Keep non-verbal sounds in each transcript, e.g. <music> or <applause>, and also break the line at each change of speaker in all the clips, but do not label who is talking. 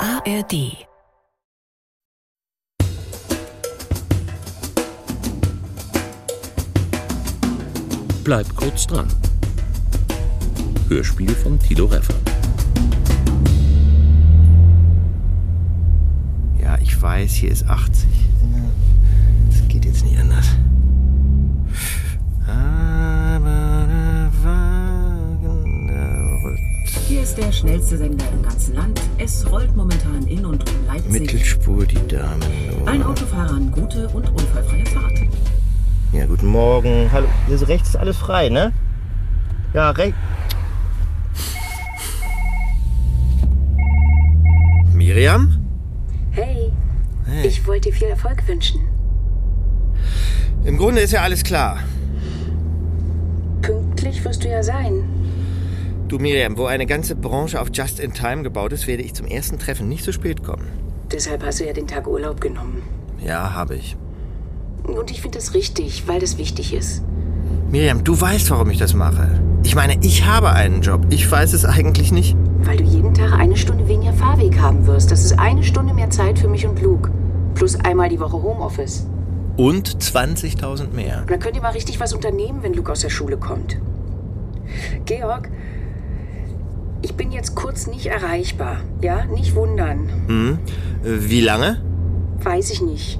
ARD
Bleib kurz dran. Hörspiel von Tilo Reffer.
Ja, ich weiß, hier ist 80. Das geht jetzt nicht anders. Aber der Wagen der rollt.
Hier ist der schnellste Sender im ganzen Land. Es rollt momentan in und um Leipzig.
Mittelspur, die Damen.
Allen Autofahrern gute und unfallfreie Fahrt.
Ja, guten Morgen. Hallo. Hier ist rechts ist alles frei, ne? Ja, rechts. Miriam?
Hey,
Hey.
ich wollte dir viel Erfolg wünschen.
Im Grunde ist ja alles klar.
Pünktlich wirst du ja sein.
Du Miriam, wo eine ganze Branche auf Just in Time gebaut ist, werde ich zum ersten Treffen nicht zu spät kommen.
Deshalb hast du ja den Tag Urlaub genommen.
Ja, habe ich.
Und ich finde das richtig, weil das wichtig ist.
Miriam, du weißt, warum ich das mache. Ich meine, ich habe einen Job. Ich weiß es eigentlich nicht.
Weil du jeden Tag eine Stunde weniger Fahrweg haben wirst. Das ist eine Stunde mehr Zeit für mich und Luke. Plus einmal die Woche Homeoffice. Und
Und 20.000 mehr.
dann könnt ihr mal richtig was unternehmen, wenn Luke aus der Schule kommt. Georg, ich bin jetzt kurz nicht erreichbar. Ja, nicht wundern.
Äh, Wie lange?
Weiß ich nicht.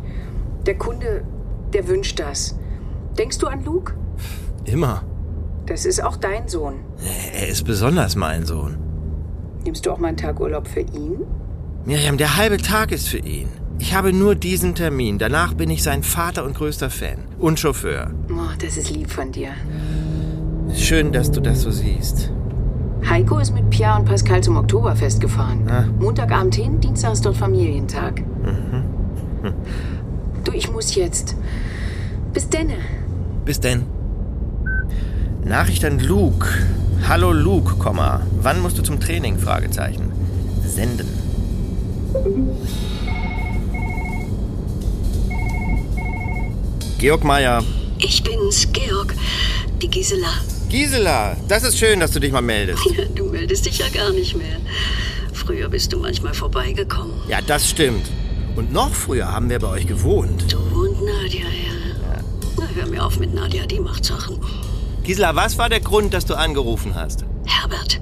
Der Kunde, der wünscht das. Denkst du an Luke?
Immer.
Das ist auch dein Sohn.
Er ist besonders mein Sohn.
Nimmst du auch mal einen Tag Urlaub für ihn?
Miriam, der halbe Tag ist für ihn. Ich habe nur diesen Termin. Danach bin ich sein Vater und größter Fan. Und Chauffeur.
Oh, das ist lieb von dir.
Schön, dass du das so siehst.
Heiko ist mit Pia und Pascal zum Oktoberfest gefahren. Montagabend hin, Dienstag ist dort Familientag.
Mhm.
Du, ich muss jetzt. Bis denne.
Bis denn. Nachricht an Luke. Hallo Luke, Komma. Wann musst du zum Training? Fragezeichen. Senden. Georg Meier.
Ich bin's, Georg, die Gisela.
Gisela, das ist schön, dass du dich mal meldest.
Ja, du meldest dich ja gar nicht mehr. Früher bist du manchmal vorbeigekommen.
Ja, das stimmt. Und noch früher haben wir bei euch gewohnt.
Du und Nadja, ja. Na, hör mir auf mit Nadja, die macht Sachen.
Gisela, was war der Grund, dass du angerufen hast?
Herbert.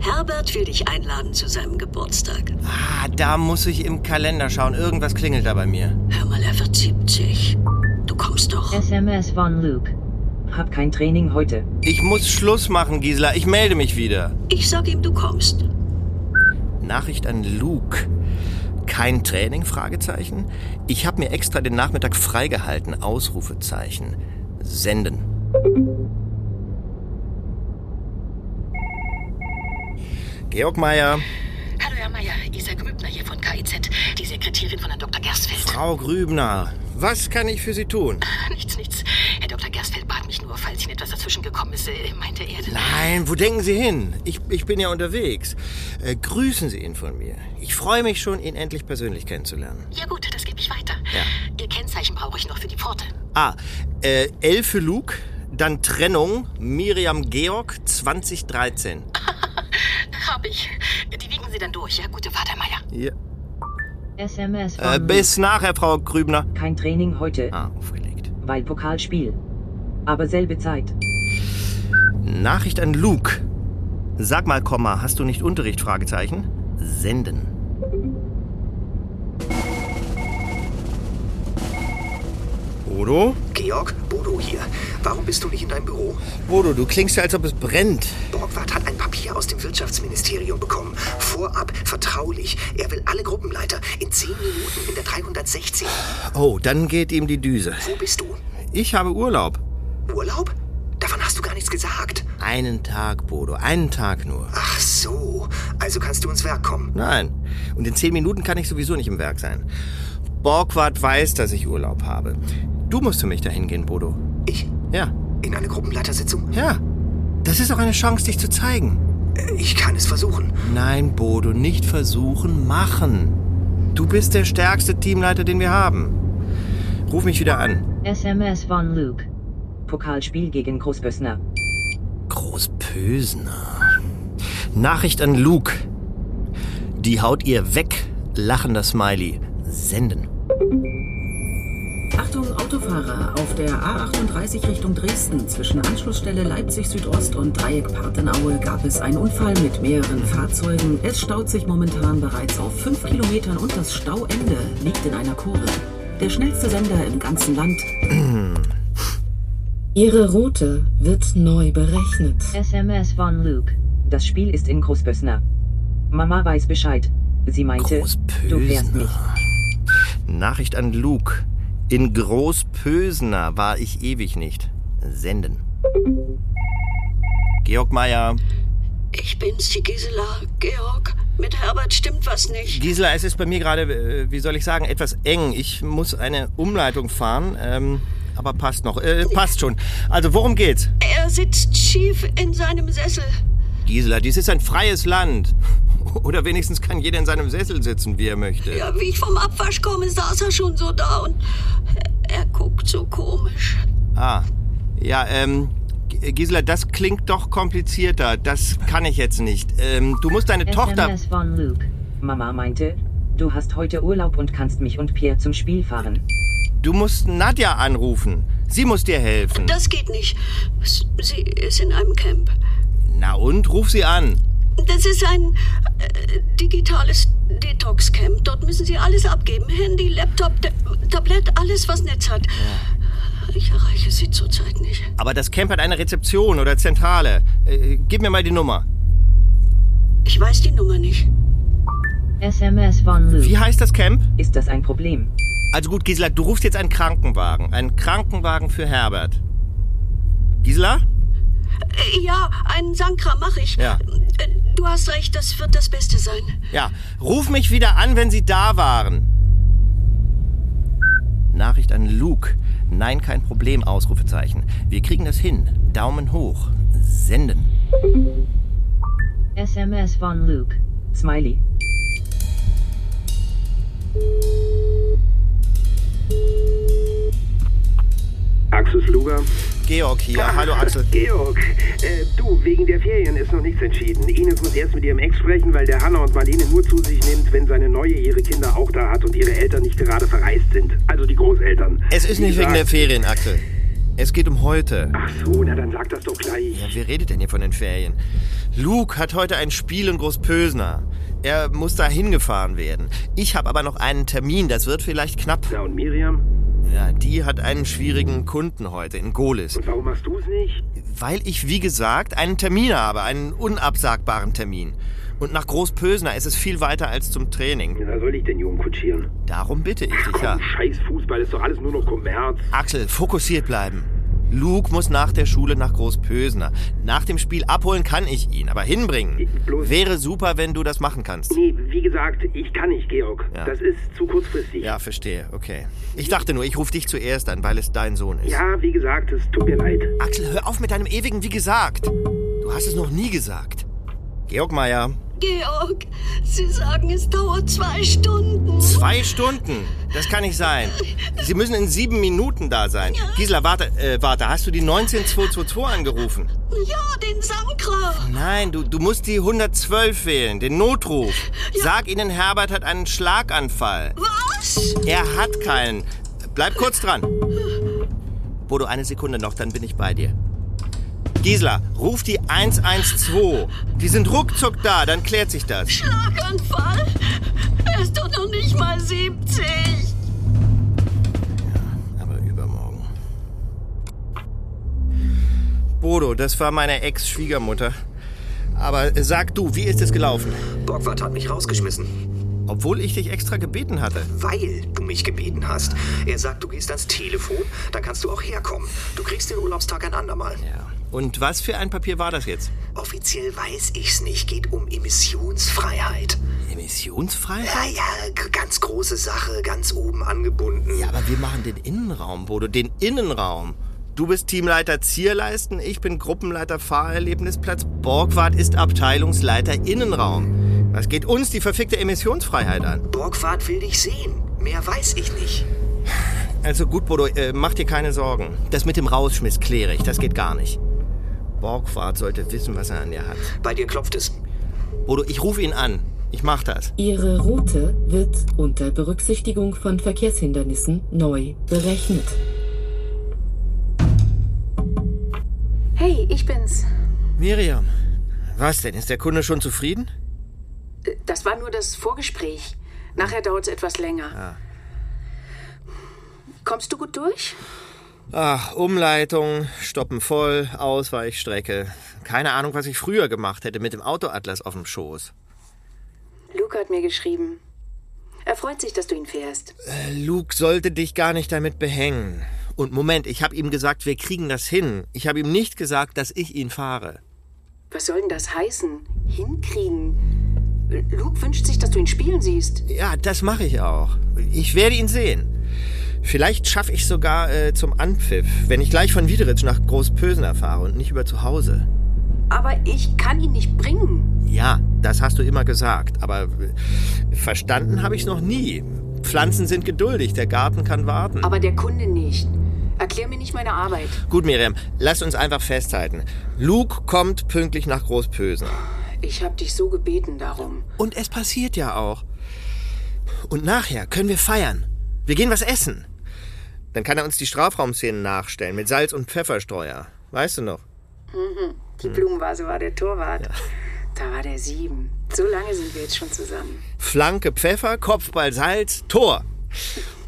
Herbert will dich einladen zu seinem Geburtstag.
Ah, da muss ich im Kalender schauen. Irgendwas klingelt da bei mir.
Hör mal, er wird 70. Du kommst doch.
SMS von Luke. Hab kein Training heute.
Ich muss Schluss machen, Gisela. Ich melde mich wieder.
Ich sag ihm, du kommst.
Nachricht an Luke. Kein Training? Fragezeichen. Ich habe mir extra den Nachmittag freigehalten. Ausrufezeichen. Senden. Georg Meier,
Hallo Herr Meier, Isa Grübner hier von KIZ, die Sekretärin von Herrn Dr. Gersfeld.
Frau Grübner, was kann ich für Sie tun?
Nichts, nichts. Herr Dr. Gersfeld bat mich nur, falls Ihnen etwas dazwischen gekommen ist, äh, meinte er.
Nein, wo denken Sie hin? Ich, ich bin ja unterwegs. Äh, grüßen Sie ihn von mir. Ich freue mich schon, ihn endlich persönlich kennenzulernen.
Ja gut, das gebe ich weiter.
Ja.
Ihr Kennzeichen brauche ich noch für die Pforte. <laughs>
Ah, äh, L für Luke, dann Trennung, Miriam Georg, 2013.
Hab ich. Die wiegen Sie dann durch, ja? Gute Fahrt, Herr Meier.
Ja.
SMS von
Äh, bis nachher, Frau Grübner.
Luke. Kein Training heute,
Ah, aufgelegt.
weil Pokalspiel. Aber selbe Zeit.
Nachricht an Luke. Sag mal, Komma, hast du nicht Unterricht? Fragezeichen. Senden. Bodo?
Georg, Bodo hier. Warum bist du nicht in deinem Büro?
Bodo, du klingst halt- ja, als ob es brennt.
Borgward hat ein Papier aus dem Wirtschaftsministerium bekommen. Vorab, vertraulich. Er will alle Gruppenleiter in 10 Minuten in der 316.
Oh, dann geht ihm die Düse.
Wo bist du?
Ich habe Urlaub.
Urlaub? Davon hast du gar nichts gesagt.
Einen Tag, Bodo, einen Tag nur.
Ach so, also kannst du ins Werk kommen.
Nein. Und in zehn Minuten kann ich sowieso nicht im Werk sein. Borgward weiß, dass ich Urlaub habe. Du musst für mich dahin gehen, Bodo.
Ich?
Ja,
In eine Gruppenleitersitzung?
ja. Das ist auch eine Chance, dich zu zeigen.
Äh, Ich kann es versuchen.
Nein, Bodo, nicht versuchen, machen. Du bist der stärkste Teamleiter, den wir haben. Ruf mich wieder an.
SMS von Luke. Pokalspiel gegen Großbössner.
Großpösener. Nachricht an Luke. Die haut ihr weg. lachender Smiley. Senden.
Achtung, Autofahrer, auf der A38 Richtung Dresden zwischen Anschlussstelle Leipzig Südost und Dreieck Partenaue gab es einen Unfall mit mehreren Fahrzeugen. Es staut sich momentan bereits auf 5 Kilometern und das Stauende liegt in einer Kurve. Der schnellste Sender im ganzen Land.
Hm.
Ihre Route wird neu berechnet.
SMS von Luke. Das Spiel ist in Großbösner. Mama weiß Bescheid. Sie meinte, du fährst
Großpösen.
nicht.
Nachricht an Luke. In Großpösener war ich ewig nicht. Senden. Georg Meier.
Ich bin's, die Gisela. Georg, mit Herbert stimmt was nicht.
Gisela, es ist bei mir gerade, äh, wie soll ich sagen, etwas eng. Ich muss eine Umleitung fahren, ähm, aber passt noch. Äh, passt schon. Also, worum geht's?
Er sitzt schief in seinem Sessel.
Gisela, dies ist ein freies Land. <laughs> Oder wenigstens kann jeder in seinem Sessel sitzen, wie er möchte.
Ja, wie ich vom Abwasch komme, saß er schon so da und er, er guckt so komisch.
Ah, ja, ähm, G- Gisela, das klingt doch komplizierter. Das kann ich jetzt nicht. Ähm, du musst deine
Äh,
Tochter...
SMS von Luke. Mama meinte, du hast heute Urlaub und kannst mich und Pierre zum Spiel fahren.
Du musst Nadja anrufen. Sie muss dir helfen.
Das geht nicht. S- Sie ist in einem Camp.
Na und? Ruf sie an.
Das ist ein äh, digitales Detox-Camp. Dort müssen Sie alles abgeben. Handy, Laptop, Ta- Tablett, alles, was Netz hat. Ich erreiche Sie zurzeit nicht.
Aber das Camp hat eine Rezeption oder Zentrale. Äh, gib mir mal die Nummer.
Ich weiß die Nummer nicht.
SMS von Luke.
Wie heißt das Camp?
Ist das ein Problem?
Also gut, Gisela, du rufst jetzt einen Krankenwagen. Einen Krankenwagen für Herbert. Gisela?
Äh, Ja, einen Sankra mache ich.
Ja.
Äh, Du hast recht, das wird das Beste sein.
Ja, ruf mich wieder an, wenn sie da waren. Nachricht an Luke. Nein, kein Problem, Ausrufezeichen. Wir kriegen das hin. Daumen hoch. Senden.
SMS von Luke. Smiley.
Axel Fluger.
Georg hier. Hallo Axel.
Georg, äh, du, wegen der Ferien ist noch nichts entschieden. Ines muss erst mit ihrem Ex sprechen, weil der Hanna und Marlene nur zu sich nimmt, wenn seine neue ihre Kinder auch da hat und ihre Eltern nicht gerade verreist sind. Also die Großeltern.
Es ist
Wie
nicht wegen der
gesagt-
Ferien, Axel. Es geht um heute.
Ach so, na dann sag das doch gleich.
Ja, wer redet denn hier von den Ferien? Luke hat heute ein Spiel in Großpösner. Er muss da hingefahren werden. Ich habe aber noch einen Termin, das wird vielleicht knapp.
Ja, und Miriam?
Ja, die hat einen schwierigen Kunden heute in Golis.
Und warum machst du es nicht?
Weil ich, wie gesagt, einen Termin habe, einen unabsagbaren Termin. Und nach Großpösner ist es viel weiter als zum Training.
Na, soll ich den Jungen kutschieren?
Darum bitte ich dich ja.
Komm, scheiß Fußball ist doch alles nur noch Kommerz.
Axel, fokussiert bleiben. Luke muss nach der Schule nach Großpösner. Nach dem Spiel abholen kann ich ihn, aber hinbringen.
Bloß-
Wäre super, wenn du das machen kannst.
Nee, wie gesagt, ich kann nicht, Georg.
Ja.
Das ist zu kurzfristig.
Ja, verstehe, okay. Ich dachte nur, ich rufe dich zuerst an, weil es dein Sohn ist.
ja, wie gesagt, es tut mir leid.
Axel, hör auf mit deinem ewigen Wie gesagt. Du hast es noch nie gesagt. Georg Meier,
Georg, Sie sagen, es dauert zwei Stunden.
zwei Stunden. Das kann nicht sein. Sie müssen in sieben Minuten da sein. Gisela, warte, äh, warte, hast du die 19222 angerufen?
Ja, den Sankra.
Nein, du, du musst die 112 wählen, den Notruf. Sag ihnen, Herbert hat einen Schlaganfall.
Was?
Er hat keinen. Bleib kurz dran. Bodo, eine Sekunde noch, dann bin ich bei dir. Gisela, ruf die 112. Die sind ruckzuck da, dann klärt sich das.
Schlaganfall? Er ist doch noch nicht mal 70.
Aber übermorgen. Bodo, das war meine Ex-Schwiegermutter. Aber äh, sag du, wie ist es gelaufen?
Borgward hat mich rausgeschmissen,
Obwohl ich dich extra gebeten hatte.
weil du mich gebeten hast. Er sagt, du gehst ans Telefon, dann kannst du auch herkommen. Du kriegst den Urlaubstag ein andermal.
Ja. Und was für ein Papier war das jetzt?
Offiziell weiß ich's nicht, geht um Emissionsfreiheit.
Emissionsfrei?
Ja, ja, g- ganz große Sache, ganz oben angebunden.
Ja, aber wir machen den Innenraum, Bodo, den Innenraum. Du bist Teamleiter Zierleisten, ich bin Gruppenleiter Fahrerlebnisplatz, Borgward ist Abteilungsleiter Innenraum. Was geht uns die verfickte Emissionsfreiheit an?
Borgward will dich sehen. Mehr weiß ich nicht.
Also gut, Bodo, äh, mach dir keine Sorgen. Das mit dem Rausschmiss kläre ich, das geht gar nicht. Borgward sollte wissen, was er an dir hat.
Bei dir klopft es.
Bodo, ich rufe ihn an. Ich mach das.
Ihre Route wird unter Berücksichtigung von Verkehrshindernissen neu berechnet.
Hey, ich bin's.
Miriam, was denn? Ist der Kunde schon zufrieden?
Äh, Das war nur das Vorgespräch. Nachher dauert's etwas länger. Kommst du gut durch?
Ach, Ah, Umleitung, Stoppen voll, Ausweichstrecke. Keine Ahnung, was ich früher gemacht hätte mit dem Autoatlas auf dem Schoß.
Luke hat mir geschrieben. Er freut sich, dass du ihn fährst.
Äh, Luke sollte dich gar nicht damit behängen. Und Moment, ich habe ihm gesagt, wir kriegen das hin. Ich habe ihm nicht gesagt, dass ich ihn fahre.
Was soll denn das heißen? Hinkriegen? Äh, Luke wünscht sich, dass du ihn spielen siehst.
Ja, das mache ich auch. Ich werde ihn sehen. Vielleicht schaffe ich sogar äh, zum Anpfiff, wenn ich gleich von Wiederitz nach Großpösen erfahre und nicht über zu Hause.
Aber ich kann ihn nicht bringen.
Ja, das hast du immer gesagt, aber äh, verstanden habe ich es noch nie. Pflanzen sind geduldig, der Garten kann warten.
Aber der Kunde nicht. Erklär mir nicht meine Arbeit.
Gut, Miriam, lass uns einfach festhalten. Luke kommt pünktlich nach Großpösen.
Ich hab dich so gebeten darum.
Und es passiert ja auch. Und nachher können wir feiern. Wir gehen was essen. Dann kann er uns die Strafraumszenen nachstellen mit Salz und Pfefferstreuer. Weißt du noch?
Mhm. Die Blumenvase war der Torwart. Da war der sieben. So lange sind wir jetzt schon zusammen.
Flanke Pfeffer, Kopfball Salz, Tor.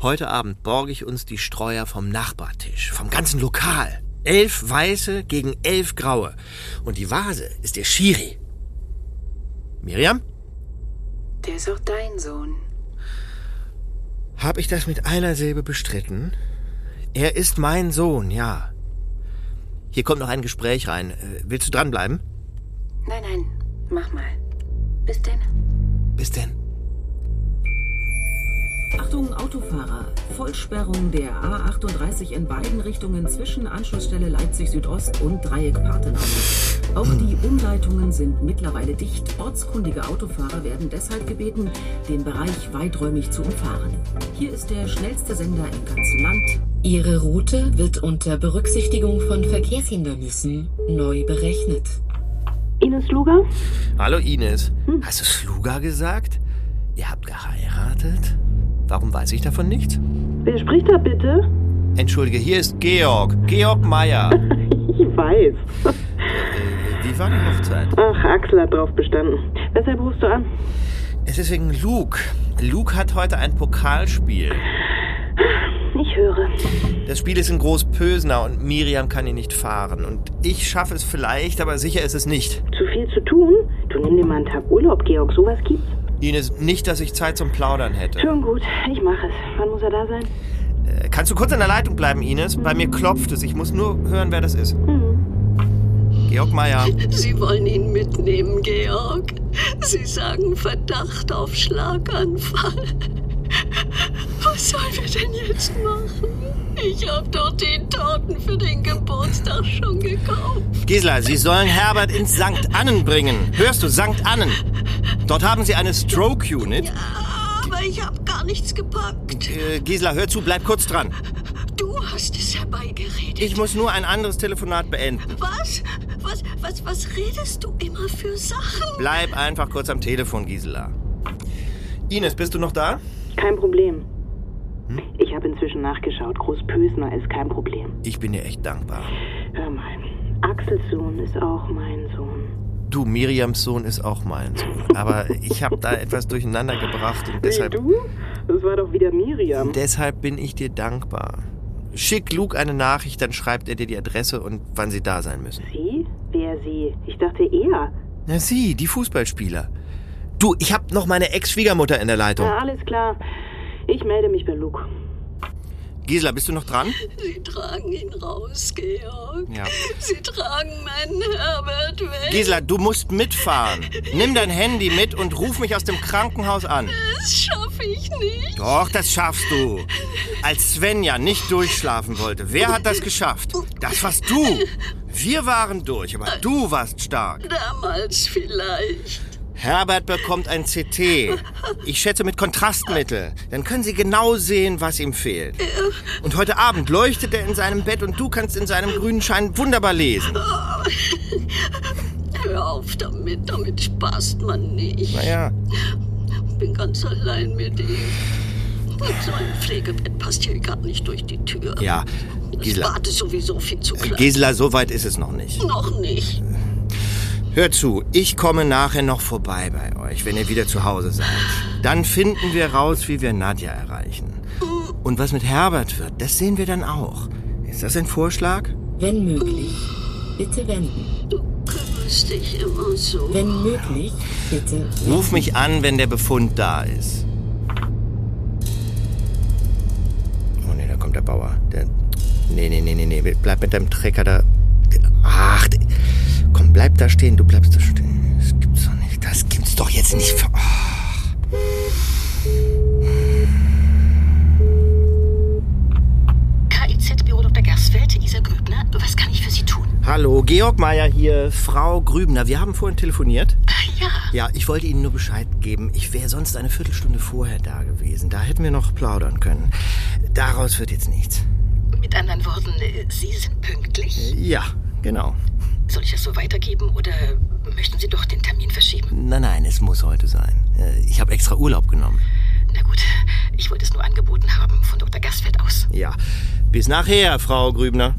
Heute Abend borge ich uns die Streuer vom Nachbartisch, vom ganzen Lokal. Elf weiße gegen elf graue. Und die Vase ist der Schiri. Miriam,
Der ist auch dein Sohn.
hab ich das mit einer Silbe bestritten? Er ist mein Sohn, ja. Hier kommt noch ein Gespräch rein. Äh, Willst du dranbleiben?
Nein, nein, mach mal. Bis denn.
Bis denn.
Achtung Autofahrer, Vollsperrung der A38 in beiden Richtungen zwischen Anschlussstelle Leipzig Südost und Dreieck Partenau. Auch die Umleitungen sind mittlerweile dicht. Ortskundige Autofahrer werden deshalb gebeten, den Bereich weiträumig zu umfahren. Hier ist der schnellste Sender im ganzen Land.
Ihre Route wird unter Berücksichtigung von Verkehrshindernissen neu berechnet.
Ines Luger?
Hallo Ines.
Hm.
Hast du Sluga gesagt? Ihr habt geheiratet? Warum weiß ich davon nichts?
Wer spricht da bitte?
Entschuldige, hier ist Georg. Georg Meier.
<laughs> Ich weiß.
Äh, Wie war die Hochzeit?
Ach, Axel hat drauf bestanden. Weshalb rufst du an?
Es ist wegen Luke. Luke hat heute ein Pokalspiel.
Ich höre.
Das Spiel ist in Großpösner und Miriam kann ihn nicht fahren. Und ich schaffe es vielleicht, aber sicher ist es nicht.
Zu viel zu tun? Du nimm dir mal einen Tag Urlaub, Georg. Sowas gibt's.
Ines, nicht, dass ich Zeit zum Plaudern hätte.
Schon gut. Ich mache es. Wann muss er da sein?
Äh, Kannst du kurz in der Leitung bleiben, Ines? Bei mir klopft es. Ich muss nur hören, wer das ist. Georg Meier.
Sie wollen ihn mitnehmen, Georg. Sie sagen Verdacht auf Schlaganfall. Was sollen wir denn jetzt machen? Ich habe doch den Torten für den Geburtstag schon gekauft.
Gisela, Sie sollen Herbert ins St. Annen bringen. Hörst du, St. Annen? Dort haben Sie eine Stroke-Unit.
Aber ich habe gar nichts gepackt.
Äh, Gisela, hör zu, bleib kurz dran.
Du hast es herbeigeredet.
Ich muss nur ein anderes Telefonat beenden.
Was? Was, was, was redest du immer für Sachen?
Bleib einfach kurz am Telefon, Gisela. Ines, bist du noch da? Hm?
Kein Problem. Ich habe inzwischen nachgeschaut. Großpösner ist kein Problem.
Ich bin dir echt dankbar.
Hör mal. Axels Sohn ist auch mein Sohn.
Du, Miriams Sohn ist auch mein Sohn. Aber ich habe da etwas durcheinander gebracht und deshalb,
du? Das war doch wieder Miriam.
deshalb bin ich dir dankbar. Schick Luke eine Nachricht, dann schreibt er dir die Adresse und wann sie da sein müssen.
Sie? Wer sie? Ich dachte er.
Na sie, die Fußballspieler. Du, ich hab noch meine Ex-Schwiegermutter in der Leitung.
Na, alles klar. Ich melde mich bei Luke.
Gisela, bist du noch dran?
Sie tragen ihn raus, Georg.
Ja.
Sie tragen meinen Herbert weg.
Gisela, du musst mitfahren. Nimm dein Handy mit und ruf mich aus dem Krankenhaus an.
Das schaffe ich nicht.
Doch, das schaffst du. Als Svenja nicht durchschlafen wollte, wer hat das geschafft? Das warst du. Wir waren durch, aber du warst stark.
Damals vielleicht.
Herbert bekommt ein CT. Ich schätze mit Kontrastmittel. Dann können sie genau sehen, was ihm fehlt. Und heute Abend leuchtet er in seinem Bett und du kannst in seinem grünen Schein wunderbar lesen.
Ah. Hör auf damit, damit spaßt man nicht.
Naja,
bin ganz allein mit ihm. Und so ein Pflegebett passt hier gar nicht durch die Tür.
ja.
Das
Gisela.
Bad ist sowieso viel zu klein.
Gisela, so weit ist es noch nicht.
Noch nicht.
Hör zu, ich komme nachher noch vorbei bei euch, wenn ihr wieder zu Hause seid. Dann finden wir raus, wie wir Nadja erreichen. Und was mit Herbert wird, das sehen wir dann auch. Ist das ein Vorschlag?
Wenn möglich, bitte wenden.
Grüß dich immer so.
Wenn möglich, bitte.
Ruf mich an, wenn der Befund da ist. Oh nee, da kommt der Bauer. Der. Nee, nee, nee, nee, nee. Bleib mit deinem Trecker da. Ach, der- komm, bleib da stehen. Du bleibst da stehen. Das gibt's doch nicht. Das gibt's doch jetzt nicht. Ver- Ach.
KIZ-Büro Dr. Gersfeld, Isa Grübner, was kann ich für Sie tun?
Hallo, Georg Meier hier, Frau Grübner. Wir haben vorhin telefoniert.
Ja,
Ja, ich wollte Ihnen nur Bescheid geben. Ich wäre sonst eine Viertelstunde vorher da gewesen. Da hätten wir noch plaudern können. Daraus wird jetzt nichts.
mit anderen Worten, äh, Sie sind pünktlich.
Ja, genau.
Soll ich das so weitergeben oder möchten Sie doch den Termin verschieben?
Nein, nein, es muss heute sein. Äh, Ich habe extra Urlaub genommen.
Na gut, ich wollte es nur angeboten haben von Dr. Gersfeld aus.
Ja. Bis nachher, Frau Grübner.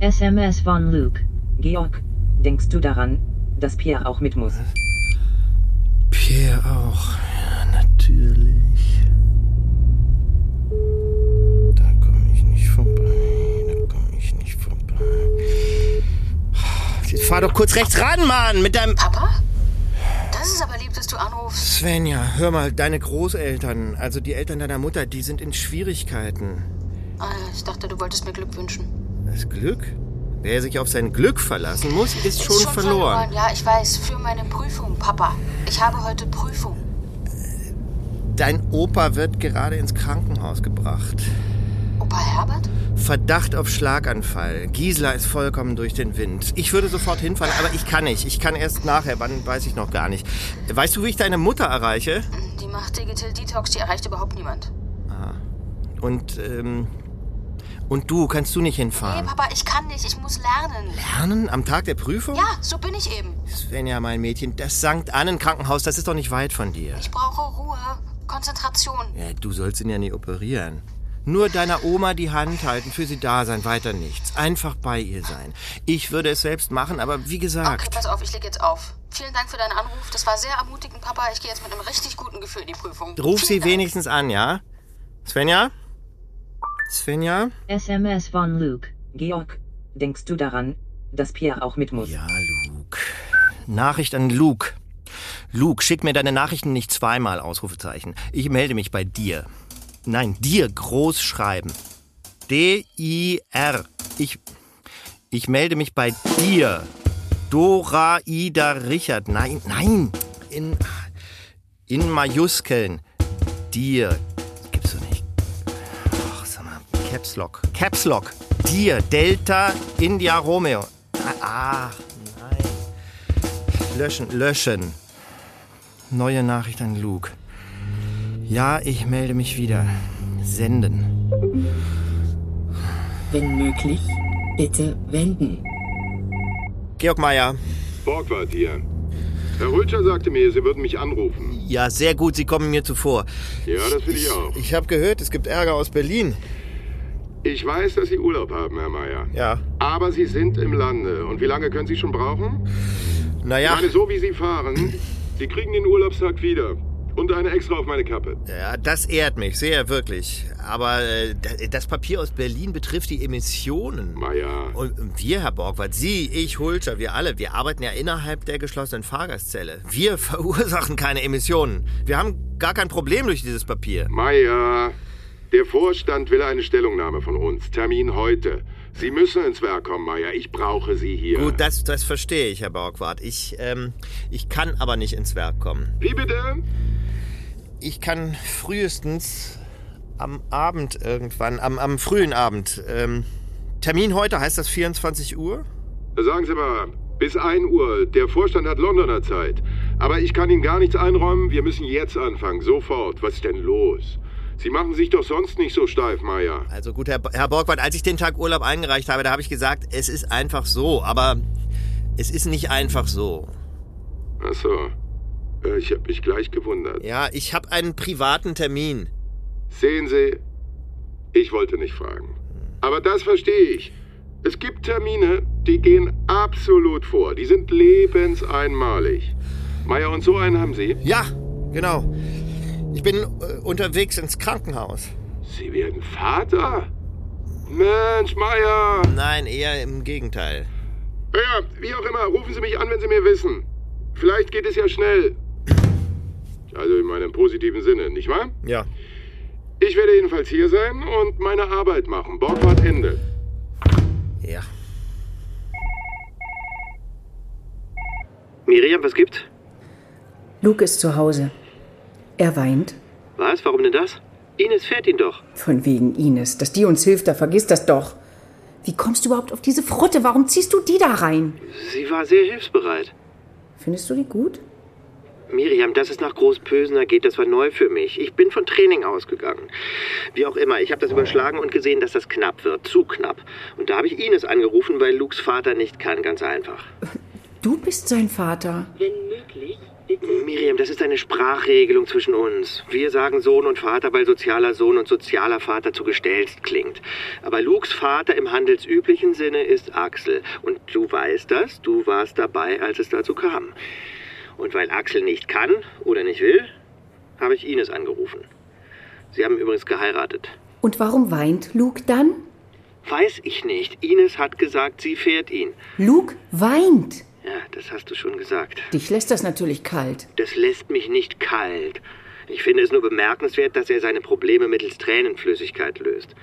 SMS von Luke. Georg, denkst du daran, dass Pierre auch mit muss?
Pierre auch. Ja, natürlich. Da komme ich nicht vorbei. Da komme ich nicht vorbei. Jetzt fahr doch kurz rechts ran, Mann, mit deinem.
Papa? Das ist aber lieb, dass du anrufst.
Svenja, hör mal, deine Großeltern, also die Eltern deiner Mutter, die sind in Schwierigkeiten.
Ah, ich dachte, du wolltest mir Glück wünschen.
Das Glück? Wer sich auf sein Glück verlassen muss, ist schon, verloren.
Ja, ich weiß. Für meine Prüfung, Papa. Ich habe heute Prüfung.
Dein Opa wird gerade ins Krankenhaus gebracht.
Opa Herbert?
Verdacht auf Schlaganfall. Gisela ist vollkommen durch den Wind. Ich würde sofort hinfahren, aber ich kann nicht. Ich kann erst nachher, wann weiß ich noch gar nicht. Weißt du, wie ich deine Mutter erreiche?
Die macht Digital Detox, die erreicht überhaupt niemand.
Ah. Und, ähm, und du, kannst du nicht hinfahren?
Papa, ich kann nicht. Ich muss lernen.
Lernen? Am Tag der Prüfung?
Ja, so bin ich eben.
Svenja, mein Mädchen, das St. Annen-Krankenhaus, das ist doch nicht weit von dir.
Ich brauche Ruhe, Konzentration.
Ja, du sollst ihn ja nie operieren. Nur deiner Oma die Hand halten, für sie da sein, weiter nichts. Einfach bei ihr sein. Ich würde es selbst machen, aber wie
Okay,
gesagt.
pass auf, ich leg jetzt auf. Vielen Dank für deinen Anruf. Das war sehr ermutigend, Papa. Ich gehe jetzt mit einem richtig guten Gefühl in die Prüfung.
Ruf
Vielen
sie
Dank.
wenigstens an, ja? Svenja? Svenja?
SMS von Luke. Georg, denkst du daran, dass Pierre auch mit muss?
Ja, Luke. Nachricht an Luke. Luke, schick mir deine Nachrichten nicht zweimal, Ausrufezeichen. Ich melde mich bei dir. Nein, dir groß schreiben. D-I-R. Ich, ich melde mich bei dir. Dora Ida Richard. Nein, nein. In, in Majuskeln. Dir. Das gibt's doch nicht. Ach, sag mal. Caps Lock. Caps Lock. Dir. Delta India Romeo. Ah, Ach, nein. Löschen, löschen. Neue Nachricht an Luke. Ja, ich melde mich wieder. Senden.
Wenn möglich, bitte wenden.
Georg Meier.
Borgward hier. Herr Rötscher sagte mir, Sie würden mich anrufen.
Ja, sehr gut, Sie kommen mir zuvor.
Ja, das will ich auch.
Ich habe gehört, es gibt Ärger aus Berlin.
Ich weiß, dass Sie Urlaub haben, Herr Meier.
Ja.
Aber Sie sind im Lande. Und wie lange können Sie schon brauchen? Ich
Naja,
meine, so wie Sie fahren, Sie kriegen den Urlaubstag wieder. Und eine extra auf meine Kappe.
ja, das ehrt mich sehr, wirklich. Aber äh, da- das Papier aus Berlin betrifft die Emissionen.
Meier.
Und wir, Herr Borgward, Sie, ich, Hulscher, wir alle, wir arbeiten ja innerhalb der geschlossenen Fahrgastzelle. Wir <laughs> verursachen keine Emissionen. Wir haben gar kein Problem durch dieses Papier.
Meier. Der Vorstand will eine Stellungnahme von uns. Termin heute. Sie müssen ins Werk kommen, Meier. Ich brauche Sie hier.
Gut, das, das verstehe ich, Herr Borgward. Ich, ähm, ich kann aber nicht ins Werk kommen.
Wie bitte?
Ich kann frühestens am Abend irgendwann, am, am frühen Abend. Ähm, Termin heute heißt das 24 Uhr?
Sagen Sie mal, bis 1 Uhr. Der Vorstand hat Londoner Zeit. Aber ich kann Ihnen gar nichts einräumen. Wir müssen jetzt anfangen. Sofort. Was ist denn los? Sie machen sich doch sonst nicht so steif, Meier.
Also gut, Herr, Herr Borgwart, als ich den Tag Urlaub eingereicht habe, da habe ich gesagt, es ist einfach so. Aber
Es ist nicht einfach so.
Ach so. Äh, Ich habe mich gleich gewundert.
Ja, ich habe einen privaten Termin.
Sehen Sie, ich wollte nicht fragen. Aber das verstehe ich. Es gibt Termine, die gehen absolut vor. Die sind lebenseinmalig. Meier, und so einen haben Sie?
Ja, genau. Ich bin äh, unterwegs ins Krankenhaus.
Sie werden Vater? Mensch, Meier!
Nein, eher im Gegenteil.
Ja, wie auch immer, rufen Sie mich an, wenn Sie mir wissen. Vielleicht geht es ja schnell. Also in meinem positiven Sinne, nicht wahr?
Ja.
Ich werde jedenfalls hier sein und meine Arbeit machen. Borgward Ende.
Ja.
Miriam, was gibt's?
Luke ist zu Hause. Er weint.
Was? Warum denn das? Ines fährt ihn doch.
Von wegen Ines. Dass die uns hilft, da vergiss das doch. Wie kommst du überhaupt auf diese Frotte? Warum ziehst du die da rein?
Sie war sehr hilfsbereit.
Findest du die gut?
Miriam, dass es nach Großpösener geht, das war neu für mich. Ich bin von Training ausgegangen. Wie auch immer, ich habe das überschlagen und gesehen, dass das knapp wird. Zu knapp. Und da habe ich Ines angerufen, weil Lukes Vater nicht kann. Ganz einfach.
Du bist sein Vater.
Miriam, das ist eine Sprachregelung zwischen uns. Wir sagen Sohn und Vater, weil sozialer Sohn und sozialer Vater zu gestelzt klingt. Aber Lukes Vater im handelsüblichen Sinne ist Axel. Und du weißt das, du warst dabei, als es dazu kam. Und weil Axel nicht kann oder nicht will, habe ich Ines angerufen. Sie haben übrigens geheiratet.
Und warum weint Luke dann?
Weiß ich nicht. Ines hat gesagt, sie fährt ihn.
Luke weint.
Ja, das hast du schon gesagt.
Dich lässt das natürlich kalt.
Das lässt mich nicht kalt. Ich finde es nur bemerkenswert, dass er seine Probleme mittels Tränenflüssigkeit löst.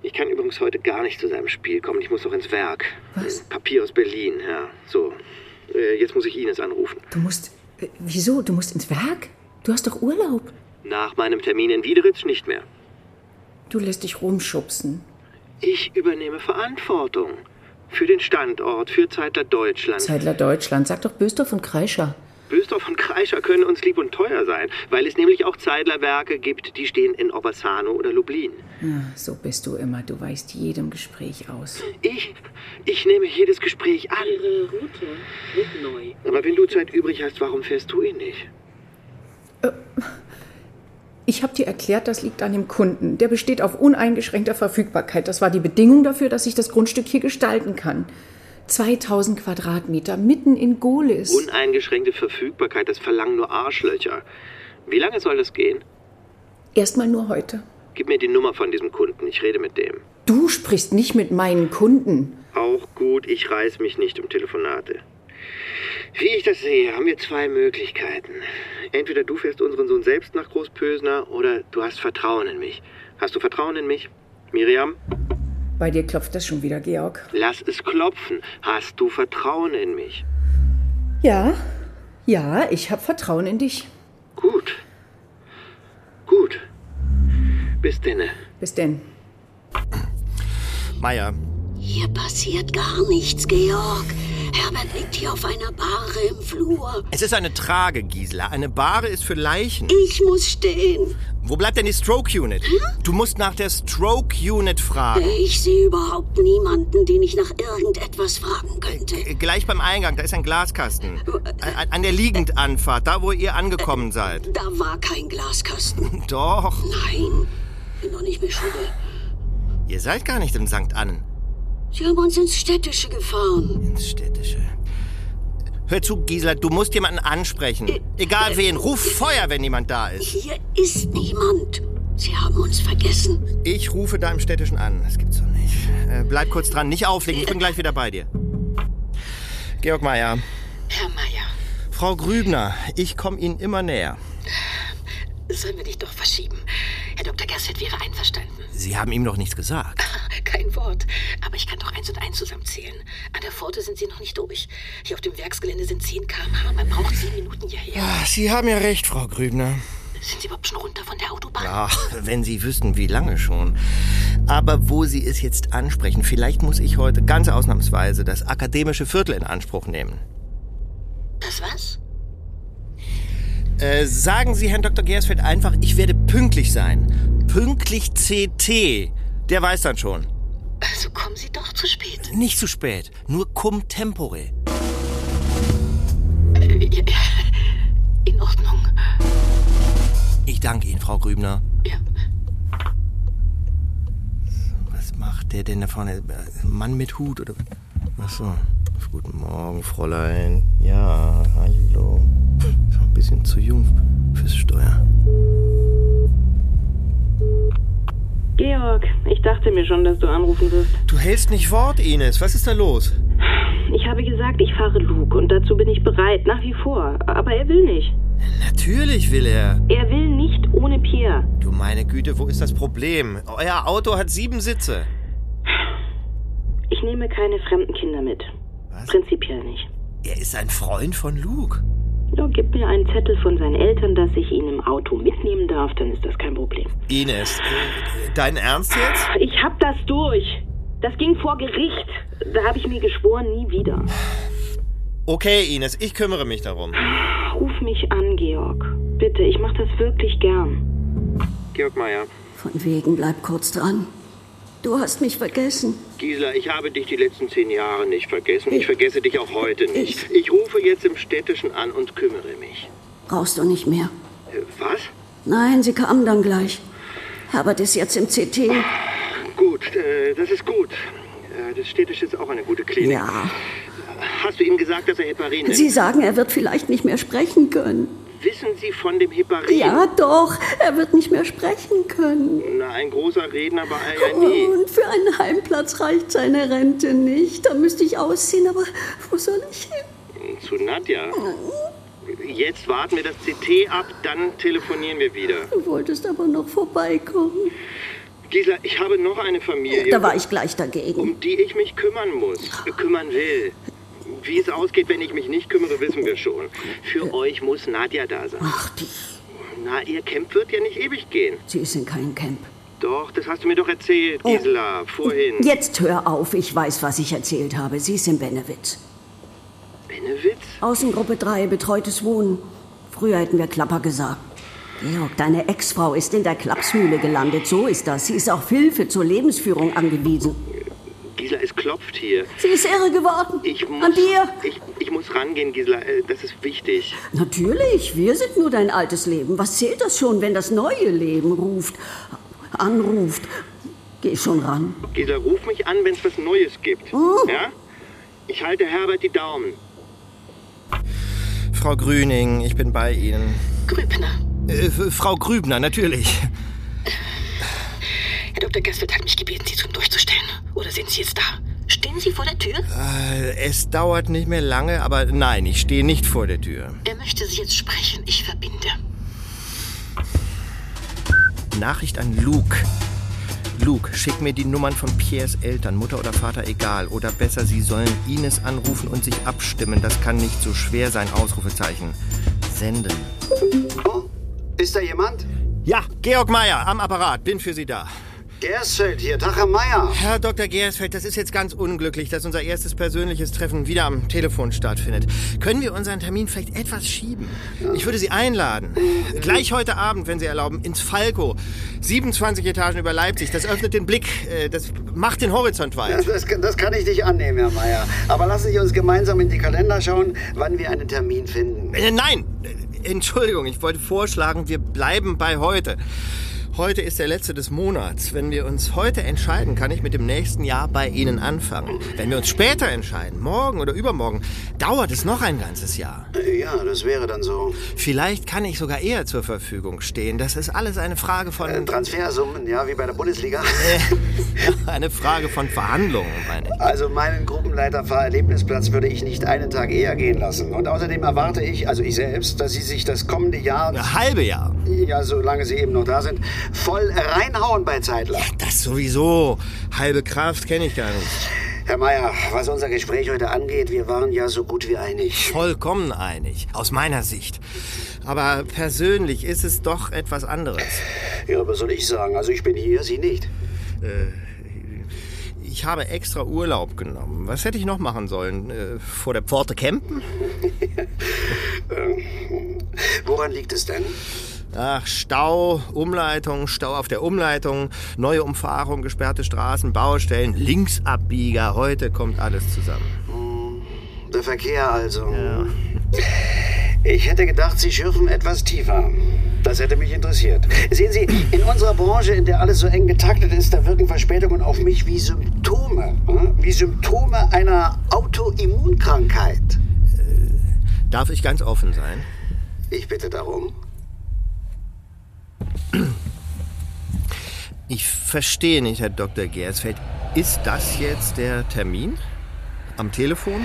Ich kann übrigens heute gar nicht zu seinem Spiel kommen. Ich muss noch ins Werk. Äh,
Was?
Papier aus Berlin, ja. So. Äh, jetzt muss ich Ines anrufen.
Du musst. äh, Wieso? Du musst ins Werk? Du hast doch Urlaub.
Nach meinem Termin in Wiederitz nicht mehr.
Du lässt dich rumschubsen.
Ich übernehme Verantwortung. Für den Standort, für Zeitler Deutschland.
Zeitler Deutschland. Sag doch Bösdorf und Kreischer.
Bösdorf und Kreischer können uns lieb und teuer sein, weil es nämlich auch Zeidlerwerke gibt, die stehen in Obersano oder Lublin.
Ja, so bist du immer. Du weißt jedem Gespräch aus.
Ich, ich nehme jedes Gespräch an.
Ihre Route wird neu.
Aber wenn du Zeit übrig hast, warum fährst du ihn nicht?
Ich habe dir erklärt, das liegt an dem Kunden. Der besteht auf uneingeschränkter Verfügbarkeit. Das war die Bedingung dafür, dass ich das Grundstück hier gestalten kann. 2000 Quadratmeter mitten in Golis.
Uneingeschränkte Verfügbarkeit, das verlangen nur Arschlöcher. Wie lange soll das gehen?
Erstmal nur heute.
Gib mir die Nummer von diesem Kunden, ich rede mit dem.
Du sprichst nicht mit meinen Kunden.
Auch gut, ich reiß mich nicht um Telefonate. Wie ich das sehe, haben wir zwei Möglichkeiten. Entweder du fährst unseren Sohn selbst nach Großpösner oder du hast Vertrauen in mich. Hast du Vertrauen in mich? Miriam,
Bei dir klopft das schon wieder, Georg.
lass es klopfen. Hast du Vertrauen in mich?
Ja, ja, ich habe Vertrauen in dich.
Gut. Gut. Bis denne.
Bis denn.
Meier,
Hier passiert gar nichts, Georg. Herbert liegt hier auf einer Bahre im Flur.
es ist eine Trage, Gisela. Eine Bahre ist für Leichen.
Ich muss stehen.
Wo bleibt denn die Stroke Unit? Du musst nach der Stroke Unit
Ah.
fragen.
Äh, Ich sehe überhaupt niemanden, den ich nach irgendetwas fragen könnte. Äh,
Äh, Gleich beim Eingang, da ist ein Glaskasten. An, an der Liegendanfahrt, da wo ihr angekommen seid.
Da war kein Glaskasten.
Doch,
Nein, bin noch nicht mehr Schule.
ihr seid gar nicht im St. Annen.
Sie haben uns ins Städtische gefahren.
Ins Städtische. Hör zu, Gisela, du musst jemanden ansprechen.
Äh,
Egal wen, ruf Feuer, wenn jemand da ist.
Hier ist niemand. Sie haben uns vergessen.
Ich rufe da im Städtischen an. Das gibt's doch nicht. Äh, bleib kurz dran, nicht auflegen. Ich bin gleich wieder bei dir. Georg Meier,
Herr Meier,
Frau Grübner, ich komme Ihnen immer näher.
sollen wir dich doch verschieben? Herr Dr. Gassett wäre einverstanden. <laughs>
Sie haben ihm noch nichts gesagt.
Kein Wort. Aber ich kann doch eins und eins zusammenzählen. An der Pforte sind sie noch nicht durch. Hier auf dem Werksgelände sind 10 km/h. Man braucht 10 Minuten hierher.
Ah, Sie haben ja recht, Frau Grübner.
Sind sie überhaupt schon runter von der Autobahn?
Ach, wenn Sie wüssten, wie lange schon. Aber wo Sie es jetzt ansprechen, vielleicht muss ich heute ganz ausnahmsweise das akademische Viertel in Anspruch nehmen.
Das was?
Äh, sagen Sie Herrn Dr. Gersfeld einfach, ich werde pünktlich sein. Pünktlich CT. Der weiß dann schon.
<laughs> Also
kommen Sie doch zu spät.
Nicht zu spät, nur cum tempore.
Äh, ja, In Ordnung.
Ich danke Ihnen, Frau Grübner.
Ja.
Was macht der denn da vorne? Ein Mann mit Hut oder. Ach so. Guten Morgen, Fräulein. Ja, hallo. Ist auch ein bisschen zu jung fürs Steuer.
Georg, ich dachte mir schon, dass du anrufen wirst.
Du hältst nicht Wort, Ines. Was ist da los?
Ich habe gesagt, ich fahre Luke und dazu bin ich bereit, nach wie vor. Aber er will nicht.
Natürlich will er.
Er will nicht ohne Pierre.
Du meine Güte, wo ist das Problem? Euer Auto hat sieben Sitze.
Ich nehme keine fremden Kinder mit. Prinzipiell nicht.
Er ist ein Freund von Luke.
Nur gib mir einen Zettel von seinen Eltern, dass ich ihn im Auto mitnehmen darf, dann ist das kein Problem.
Ines, äh, dein Ernst jetzt?
Ich hab das durch. Das ging vor Gericht. Da habe ich mir geschworen, nie wieder.
Okay, Ines, ich kümmere mich darum.
Ruf mich an, Georg. Bitte, ich mach das wirklich gern.
Georg Meier.
Von wegen, bleib kurz dran. Du hast mich vergessen.
Gisela, ich habe dich die letzten zehn Jahre nicht vergessen. Ich vergesse dich auch heute nicht. Ich rufe jetzt im Städtischen an und kümmere mich.
Brauchst du nicht mehr.
Äh, Was?
Nein, sie kamen dann gleich. Herbert ist jetzt im CT.
Gut, äh, das ist gut. Äh, Das Städtische ist auch eine gute Klinik.
Ja.
Hast du ihm gesagt, dass er Heparin nimmt?
Sie sagen, er wird vielleicht nicht mehr sprechen können.
Wissen Sie von dem Heparin?
Ja, doch, er wird nicht mehr sprechen können.
Na, ein großer Redner war er ja nie.
Und für einen Heimplatz reicht seine Rente nicht. Da müsste ich ausziehen, aber wo soll ich hin?
Zu Nadja. Jetzt warten wir das CT ab, dann telefonieren wir wieder.
Du wolltest aber noch vorbeikommen.
Gisela, ich habe noch eine Familie.
Da war ich gleich dagegen.
Um die ich mich kümmern muss, äh, kümmern will. Wie es ausgeht, wenn ich mich nicht kümmere, wissen wir schon. Für euch muss Nadja da sein.
Ach, die,
Na, ihr Camp wird ja nicht ewig gehen.
sie ist in keinem Camp.
Doch, das hast du mir doch erzählt, Gisela, vorhin.
Jetzt hör auf, ich weiß, was ich erzählt habe. Sie ist in Benewitz.
Benewitz?
Außengruppe 3, betreutes Wohnen. Früher hätten wir Klapper gesagt. Georg, deine Ex-Frau ist in der Klapsmühle gelandet. So ist das. Sie ist auf Hilfe zur Lebensführung angewiesen.
Gisela, es klopft hier.
Sie ist irre geworden.
Ich muss,
An dir?
Ich, ich muss rangehen, Gisela, äh, das ist wichtig.
Natürlich, wir sind nur dein altes Leben. Was zählt das schon, wenn das neue Leben ruft, anruft? Geh schon ran.
Gisela, ruf mich an, wenn es was Neues gibt.
Uh.
Ja? Ich halte Herbert die Daumen.
Frau Grüning, ich bin bei Ihnen.
Grübner.
Äh, F- Frau Grübner, natürlich.
Herr Dr. Gerstwirt hat mich gebeten, Sie zum Durchzustellen. Oder sind Sie jetzt da? Stehen Sie vor der Tür?
Äh, Es dauert nicht mehr lange, aber nein, ich stehe nicht vor der Tür.
Er möchte Sie jetzt sprechen. Ich verbinde.
Nachricht an Luke. Luke, schick mir die Nummern von Piers Eltern, Mutter oder Vater, egal. Oder besser, sie sollen Ines anrufen und sich abstimmen. Das kann nicht so schwer sein, Ausrufezeichen. Senden.
Ist da jemand?
Ja, Georg Meier, am Apparat, bin für Sie da.
Gersfeld hier, Tag, Herr Meier.
Herr Dr. Gersfeld, das ist jetzt ganz unglücklich, dass unser erstes persönliches Treffen wieder am Telefon stattfindet. Können wir unseren Termin vielleicht etwas schieben? Ich würde Sie einladen. Gleich heute Abend, wenn Sie erlauben, ins Falco. 27 Etagen über Leipzig. Das öffnet den Blick. äh, Das macht den Horizont
Das,
weit.
das, das kann ich nicht annehmen, Herr Meier. Aber lassen Sie uns gemeinsam in die Kalender schauen, wann wir einen Termin finden.
Äh, Nein! äh, Entschuldigung, ich wollte vorschlagen, wir bleiben bei heute. Heute ist der letzte des Monats. Wenn wir uns heute entscheiden, kann ich mit dem nächsten Jahr bei Ihnen anfangen. Wenn wir uns später entscheiden, morgen oder übermorgen, dauert es noch ein ganzes Jahr.
Äh, Ja, das wäre dann so.
Vielleicht kann ich sogar eher zur Verfügung stehen. Das ist alles eine Frage von <laughs>
Äh, Transfersummen, ja, wie bei der Bundesliga.
eine Frage von Verhandlungen, meine
<laughs>
ich.
Also meinen Gruppenleiter Fahrerlebnisplatz würde ich nicht einen Tag eher gehen lassen. Und außerdem erwarte ich, also ich selbst, dass Sie sich das kommende Jahr,
Eine halbe Jahr.
ja, solange Sie eben noch da sind, voll reinhauen bei Zeitler.
Das sowieso. Halbe Kraft kenne ich gar nicht.
Herr Meier, was unser Gespräch heute angeht, wir waren ja so gut wie einig.
Vollkommen einig, aus meiner Sicht. Aber persönlich ist es doch etwas anderes.
Ja, was soll ich sagen? Also ich bin hier, Sie nicht.
Äh, Ich habe extra Urlaub genommen. Was hätte ich noch machen sollen? Äh, Vor der Pforte campen?
Woran liegt Ähm, es denn?
Ach, Stau, Umleitung, Stau auf der Umleitung, neue Umfahrung, gesperrte Straßen, Baustellen, Linksabbieger. Heute kommt alles zusammen.
Der Verkehr also. Ich hätte gedacht, Sie schürfen etwas tiefer. Das hätte mich interessiert. Sehen Sie, in unserer Branche, in der alles so eng getaktet ist, da wirken Verspätungen auf mich wie Symptome. hm? Wie Symptome einer Autoimmunkrankheit.
Darf ich ganz offen sein?
Ich bitte darum.
Ich verstehe nicht, Herr Dr. Gersfeld. Ist das jetzt der Termin? Am Telefon?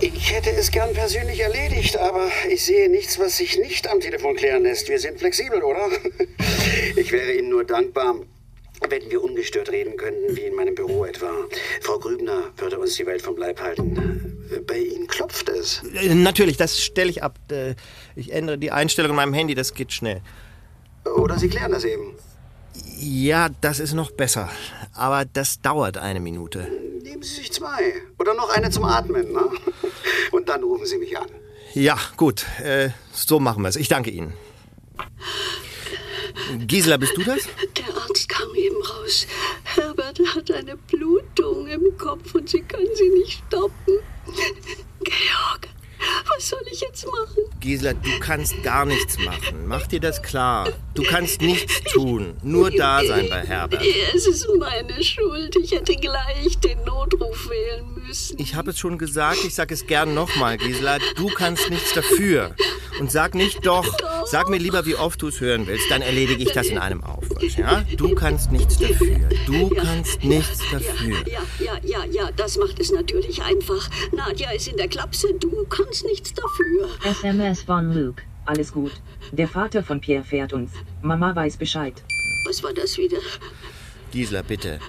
Ich hätte es gern persönlich erledigt, aber ich sehe nichts, was sich nicht am Telefon klären lässt. Wir sind flexibel, oder? <laughs> Ich wäre Ihnen nur dankbar, wenn wir ungestört reden könnten, wie in meinem Büro etwa. Frau Grübner würde uns die Welt vom Leib halten. Bei Ihnen klopft es.
Äh, Natürlich, das stelle ich ab. Äh, Ich ändere die Einstellung in meinem Handy, das geht schnell.
Oder Sie klären das eben.
Ja, das ist noch besser. Aber das dauert eine Minute.
Nehmen Sie sich zwei. Oder noch eine zum Atmen, ne? <laughs> Und dann rufen Sie mich an.
Ja, gut. Äh, so machen wir es. Ich danke Ihnen. Gisela, bist du das?
Der Arzt kam eben raus. Herbert hat eine Blutung im Kopf und sie können sie nicht stoppen. Georg, was soll ich jetzt machen?
Gisela, du kannst gar nichts machen. Mach dir das klar. Du kannst nichts tun. Nur da sein bei Herbert.
Es ist meine Schuld. Ich hätte gleich den Notruf wählen müssen.
Ich habe es schon gesagt, ich sage es gern nochmal, Gisela. Du kannst nichts dafür. Und sag nicht doch. Sag mir lieber, wie oft du es hören willst. Dann erledige ich das in einem Aufwasch. Ja? Du kannst nichts dafür. Du kannst nichts dafür.
Ja, ja, ja, ja, das macht es natürlich einfach. Nadja ist in der Klapse, du kannst nichts dafür.
SMS von Luke. Alles gut. Der Vater von Pierre fährt uns. Mama weiß Bescheid.
Was war das wieder?
Gisela, bitte.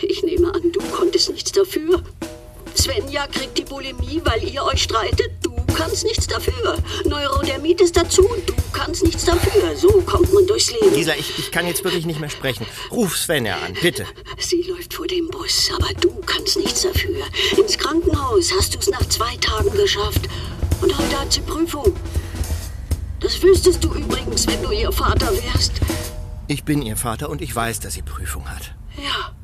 Ich nehme an, du konntest nichts dafür. Svenja kriegt die Bulimie, weil ihr euch streitet. Du kannst nichts dafür. Neurodermitis dazu. Du kannst nichts dafür. So kommt man durchs Leben.
Gisela, ich, ich kann jetzt wirklich nicht mehr sprechen. Ruf Svenja an, bitte.
Sie läuft vor dem Bus, aber du kannst nichts dafür. Ins Krankenhaus hast du es nach zwei Tagen geschafft. Und heute hat sie Prüfung. Das wüsstest du übrigens, wenn du ihr Vater wärst.
Ich bin ihr Vater und ich weiß, dass sie Prüfung hat.
Ja,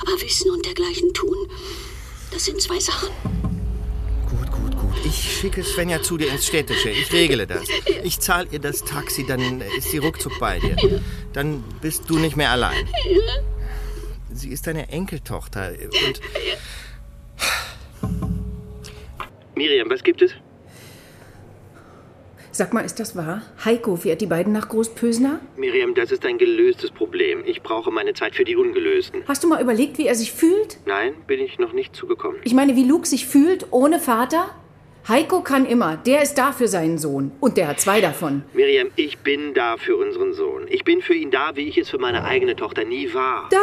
aber Wissen und dergleichen tun, das sind zwei Sachen.
Gut, ich schicke Svenja zu dir ins Städtische. Ich regle das. Ich zahle ihr das Taxi, dann ist sie ruckzuck bei dir. Dann bist du nicht mehr allein. Sie ist deine Enkeltochter und
Miriam, was gibt es?
Sag mal, ist das wahr? Heiko fährt die beiden nach Großpösner?
Miriam, das ist ein gelöstes Problem. Ich brauche meine Zeit für die Ungelösten.
Hast du mal überlegt, wie er sich fühlt?
Nein, bin ich noch nicht zugekommen.
Ich meine, wie Luke sich fühlt ohne Vater? Heiko kann immer. Der ist da für seinen Sohn. Und der hat zwei davon.
Miriam, ich bin da für unseren Sohn. Ich bin für ihn da, wie ich es für meine eigene Tochter nie war.
Da,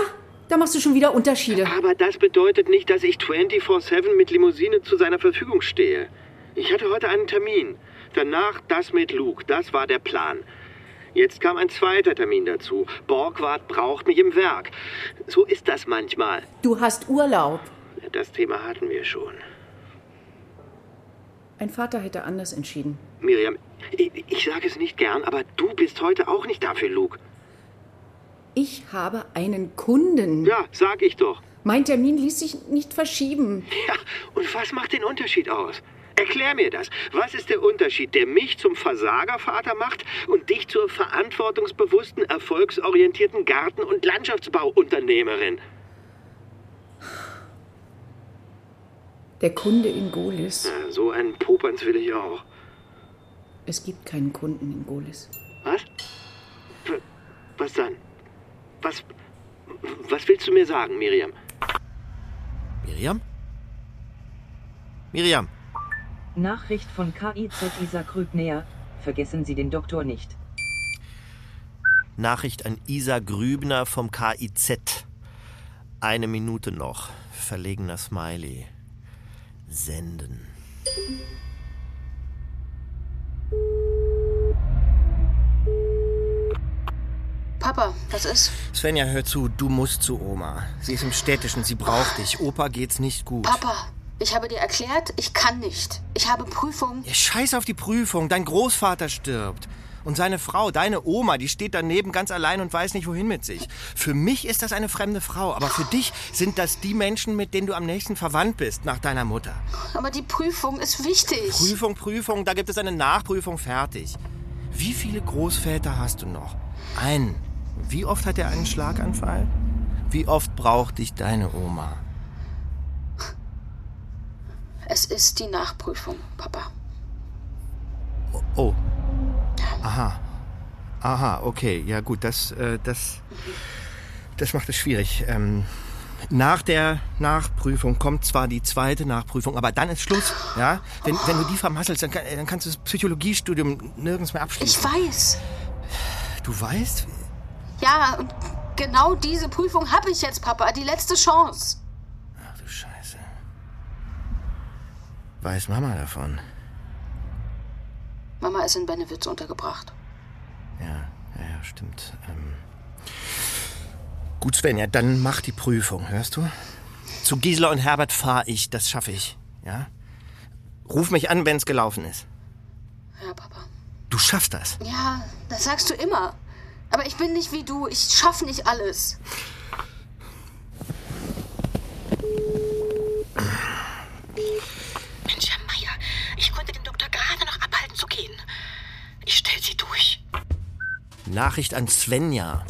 da machst du schon wieder Unterschiede.
Aber das bedeutet nicht, dass ich 24-7 mit Limousine zu seiner Verfügung stehe. Ich hatte heute einen Termin. Danach das mit Luke. Das war der Plan. Jetzt kam ein zweiter Termin dazu. Borgward braucht mich im Werk. So ist das manchmal.
Du hast Urlaub.
Das Thema hatten wir schon.
Ein Vater hätte anders entschieden.
Miriam, ich, ich sage es nicht gern, aber du bist heute auch nicht da für Luke.
Ich habe einen Kunden.
Ja, Ah, sag ich doch.
Mein Termin ließ sich nicht verschieben.
Ja, und was macht den Unterschied aus? Erklär mir das. Was ist der Unterschied, der mich zum Versagervater macht und dich zur verantwortungsbewussten, erfolgsorientierten Garten- und Landschaftsbauunternehmerin?
Der Kunde in Golis.
Na, Ah, So einen Popanz will ich auch.
Es gibt keinen Kunden in Golis.
Was? W- Was dann? Was, was willst du mir sagen, Miriam?
Miriam? Miriam,
Nachricht von KIZ Isa Krübner. Vergessen Sie den Doktor nicht.
Nachricht an Isa Grübner vom KIZ. Eine Minute noch. Verlegener Smiley. Senden.
Papa, was ist?
Svenja, hör zu, du musst zu Oma. Sie ist im Städtischen, sie braucht dich. Opa geht's nicht gut.
Papa, ich habe dir erklärt, ich kann nicht. Ich habe Prüfung.
Ja, scheiß auf die Prüfung, dein Großvater stirbt. Und seine Frau, deine Oma, die steht daneben ganz allein und weiß nicht, wohin mit sich. Für mich ist das eine fremde Frau, aber für dich sind das die Menschen, mit denen du am nächsten verwandt bist, nach deiner Mutter.
Aber die Prüfung ist wichtig.
Prüfung, Prüfung, da gibt es eine Nachprüfung fertig. Wie viele Großväter hast du noch? Einen. Wie oft hat er einen Schlaganfall? Wie oft braucht dich deine Oma?
Es ist die Nachprüfung, Papa.
Oh. Aha. Aha, okay. Ja gut, das, äh, das, das macht es schwierig. Ähm, nach der Nachprüfung kommt zwar die zweite Nachprüfung, aber dann ist Schluss. Ja? Wenn, wenn du die vermasselst, dann, kann- äh, dann kannst du das Psychologiestudium nirgends mehr
Ich
abschließen.
weiß.
Du weißt?
Ja, und genau diese Prüfung habe ich jetzt, Papa. Die letzte Chance.
Ach du Scheiße. Weiß Mama davon?
Mama ist in Benewitz untergebracht.
Ja, ja, ja stimmt. Ähm. Gut, Sven, ja, dann mach die Prüfung, hörst du? Zu Gisela und Herbert fahre ich, das schaffe ich, ja? Ruf mich an, wenn's gelaufen ist.
Ja, Papa.
Du schaffst das.
Ja, das sagst du immer. Aber ich bin nicht wie du. Ich schaffe nicht alles.
Mensch, Herr Meier, ich konnte den Doktor gerade noch abhalten zu gehen. Ich stell sie durch.
Nachricht an Svenja.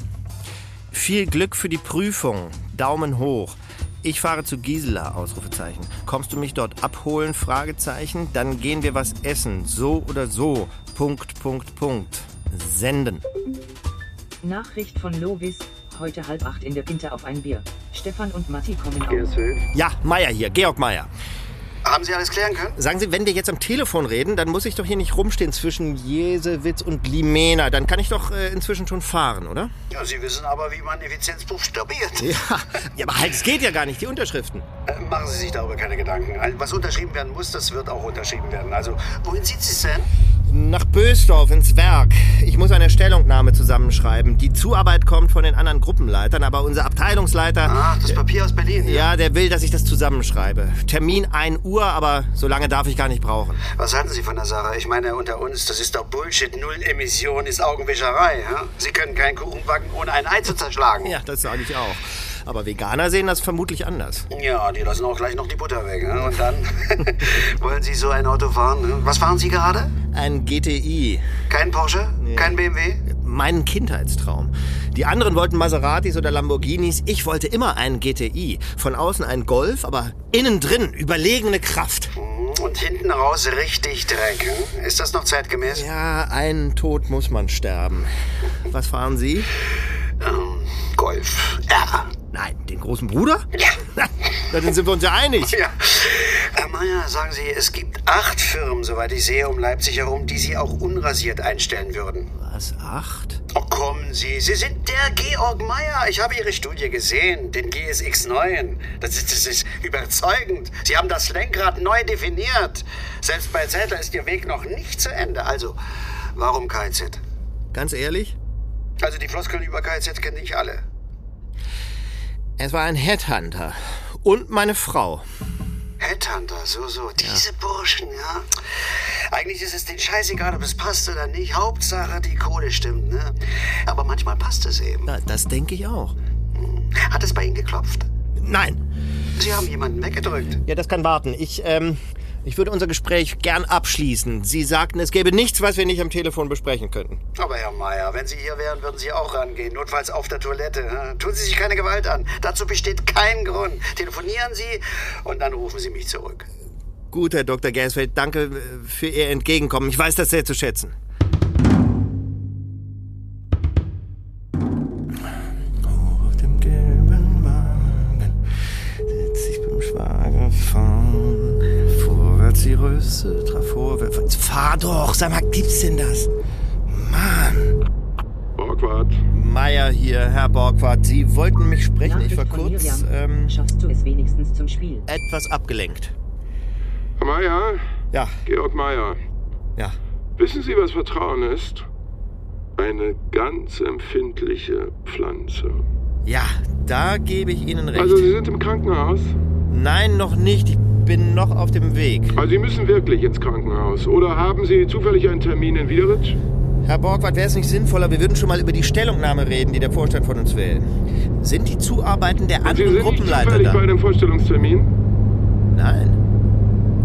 Viel Glück für die Prüfung. Daumen hoch. Ich fahre zu Gisela, Ausrufezeichen. Kommst du mich dort abholen, Fragezeichen. Dann gehen wir was essen. So oder so. Punkt, Punkt, Punkt. Senden.
Nachricht von Lovis, heute halb acht in der Pinte auf ein Bier. Stefan und Matti kommen auf.
Ja, Meier hier, Georg Meier.
Haben Sie alles klären können?
Sagen Sie, wenn wir jetzt am Telefon reden, dann muss ich doch hier nicht rumstehen zwischen Jesewitz und Limena. Dann kann ich doch äh, inzwischen schon fahren, oder?
Ja, Sie wissen aber, wie man Effizienz buchstabiert.
Ja, ja, aber halt, es geht ja gar nicht, die Unterschriften.
Äh, machen Sie sich darüber keine Gedanken. All- Was unterschrieben werden muss, das wird auch unterschrieben werden. Also, wohin zieht Sie es denn?
Nach Bösdorf ins Werk. Ich muss eine Stellungnahme zusammenschreiben. Die Zuarbeit kommt von den anderen Gruppenleitern, aber unser Abteilungsleiter.
Ach, Ah, das Papier aus Berlin.
Ja, der will, dass ich das zusammenschreibe. Termin 1 Uhr, aber so lange darf ich gar nicht brauchen.
Was halten Sie von der Sache? Ich meine, unter uns, das ist doch Bullshit. Null Emission ist Augenwischerei. Ja? Sie können keinen Kuchen backen, ohne ein Ei zu zerschlagen.
Ja, das sage ich auch. Aber Veganer sehen das vermutlich anders.
Ja, die lassen auch gleich noch die Butter weg. Ne? Und dann <laughs> wollen Sie so ein Auto fahren. Ne? Was fahren Sie gerade?
Ein GTI.
Kein Porsche? Kein BMW?
Meinen Kindheitstraum. Die anderen wollten Maseratis oder Lamborghinis. Ich wollte immer einen GTI. Von außen ein Golf, aber innen drin überlegene Kraft.
Hm, Und hinten raus richtig Dreck. hm? Ist das noch zeitgemäß?
Ja, einen Tod muss man sterben. Was fahren Sie?
Ähm, Golf. R.
Nein, den großen Bruder?
Ja.
Na, dann sind wir uns ja einig.
Ja. Herr Mayer, sagen Sie, es gibt acht Firmen, soweit ich sehe, um Leipzig herum, die Sie auch unrasiert einstellen würden.
Was, acht?
Oh, kommen Sie, Sie sind der Georg Meyer. Ich habe Ihre Studie gesehen, den GSX9. Das ist, das ist überzeugend. Sie haben das Lenkrad neu definiert. Selbst bei Zettler ist Ihr Weg noch nicht zu Ende. Also, warum KZ?
Ganz ehrlich?
Also, die Floskeln über KZ kenne ich alle.
Es war ein Headhunter. Und meine Frau.
Headhunter, so, so. Diese Burschen, ja. Eigentlich ist es den scheißegal, ob es passt oder nicht. Hauptsache, die Kohle stimmt, ne? Aber manchmal passt es eben.
Na, das denke ich auch.
Hat es bei Ihnen geklopft?
Nein.
Sie haben jemanden weggedrückt.
Ja, das kann warten. Ich, ähm, ich würde unser Gespräch gern abschließen. Sie sagten, es gäbe nichts, was wir nicht am Telefon besprechen könnten.
Aber Herr Meier, wenn Sie hier wären, würden Sie auch rangehen. Notfalls auf der Toilette. ne? Tun Sie sich keine Gewalt an. Dazu besteht kein Grund. Telefonieren Sie und dann rufen Sie mich zurück.
Gut, Herr Dr. Gersfeld, danke äh, für Ihr Entgegenkommen. Ich weiß das sehr zu schätzen. Hoch auf dem gelben Wagen sitz ich beim Schwager vorn. Vorwärts die Röste, drauf vorwärts. Fahr doch, sag mal, gibt's denn das? Mann!
Borgward.
Meier hier, Herr Borgwart. Sie wollten mich sprechen. Ich war
Nachricht von
kurz
Miriam.
ähm,
Schaffst du es wenigstens zum Spiel?
etwas abgelenkt.
Herr Meier?
Ja.
Georg Meier.
Ja.
Wissen Sie, was Vertrauen ist? Eine ganz empfindliche Pflanze.
Ja, da gebe ich Ihnen recht.
Also Sie sind im Krankenhaus?
Nein, noch nicht. Ich bin noch auf dem Weg.
Ah, Also Sie müssen wirklich ins Krankenhaus. Oder haben Sie zufällig einen Termin in Wiederitsch?
Herr Borgward, wäre es nicht sinnvoller, wir würden schon mal über die Stellungnahme reden, die der Vorstand von uns will. Sind die Zuarbeiten der
Sie
anderen
sind nicht
Gruppenleiter
zufällig
da?
bei einem Vorstellungstermin?
Nein.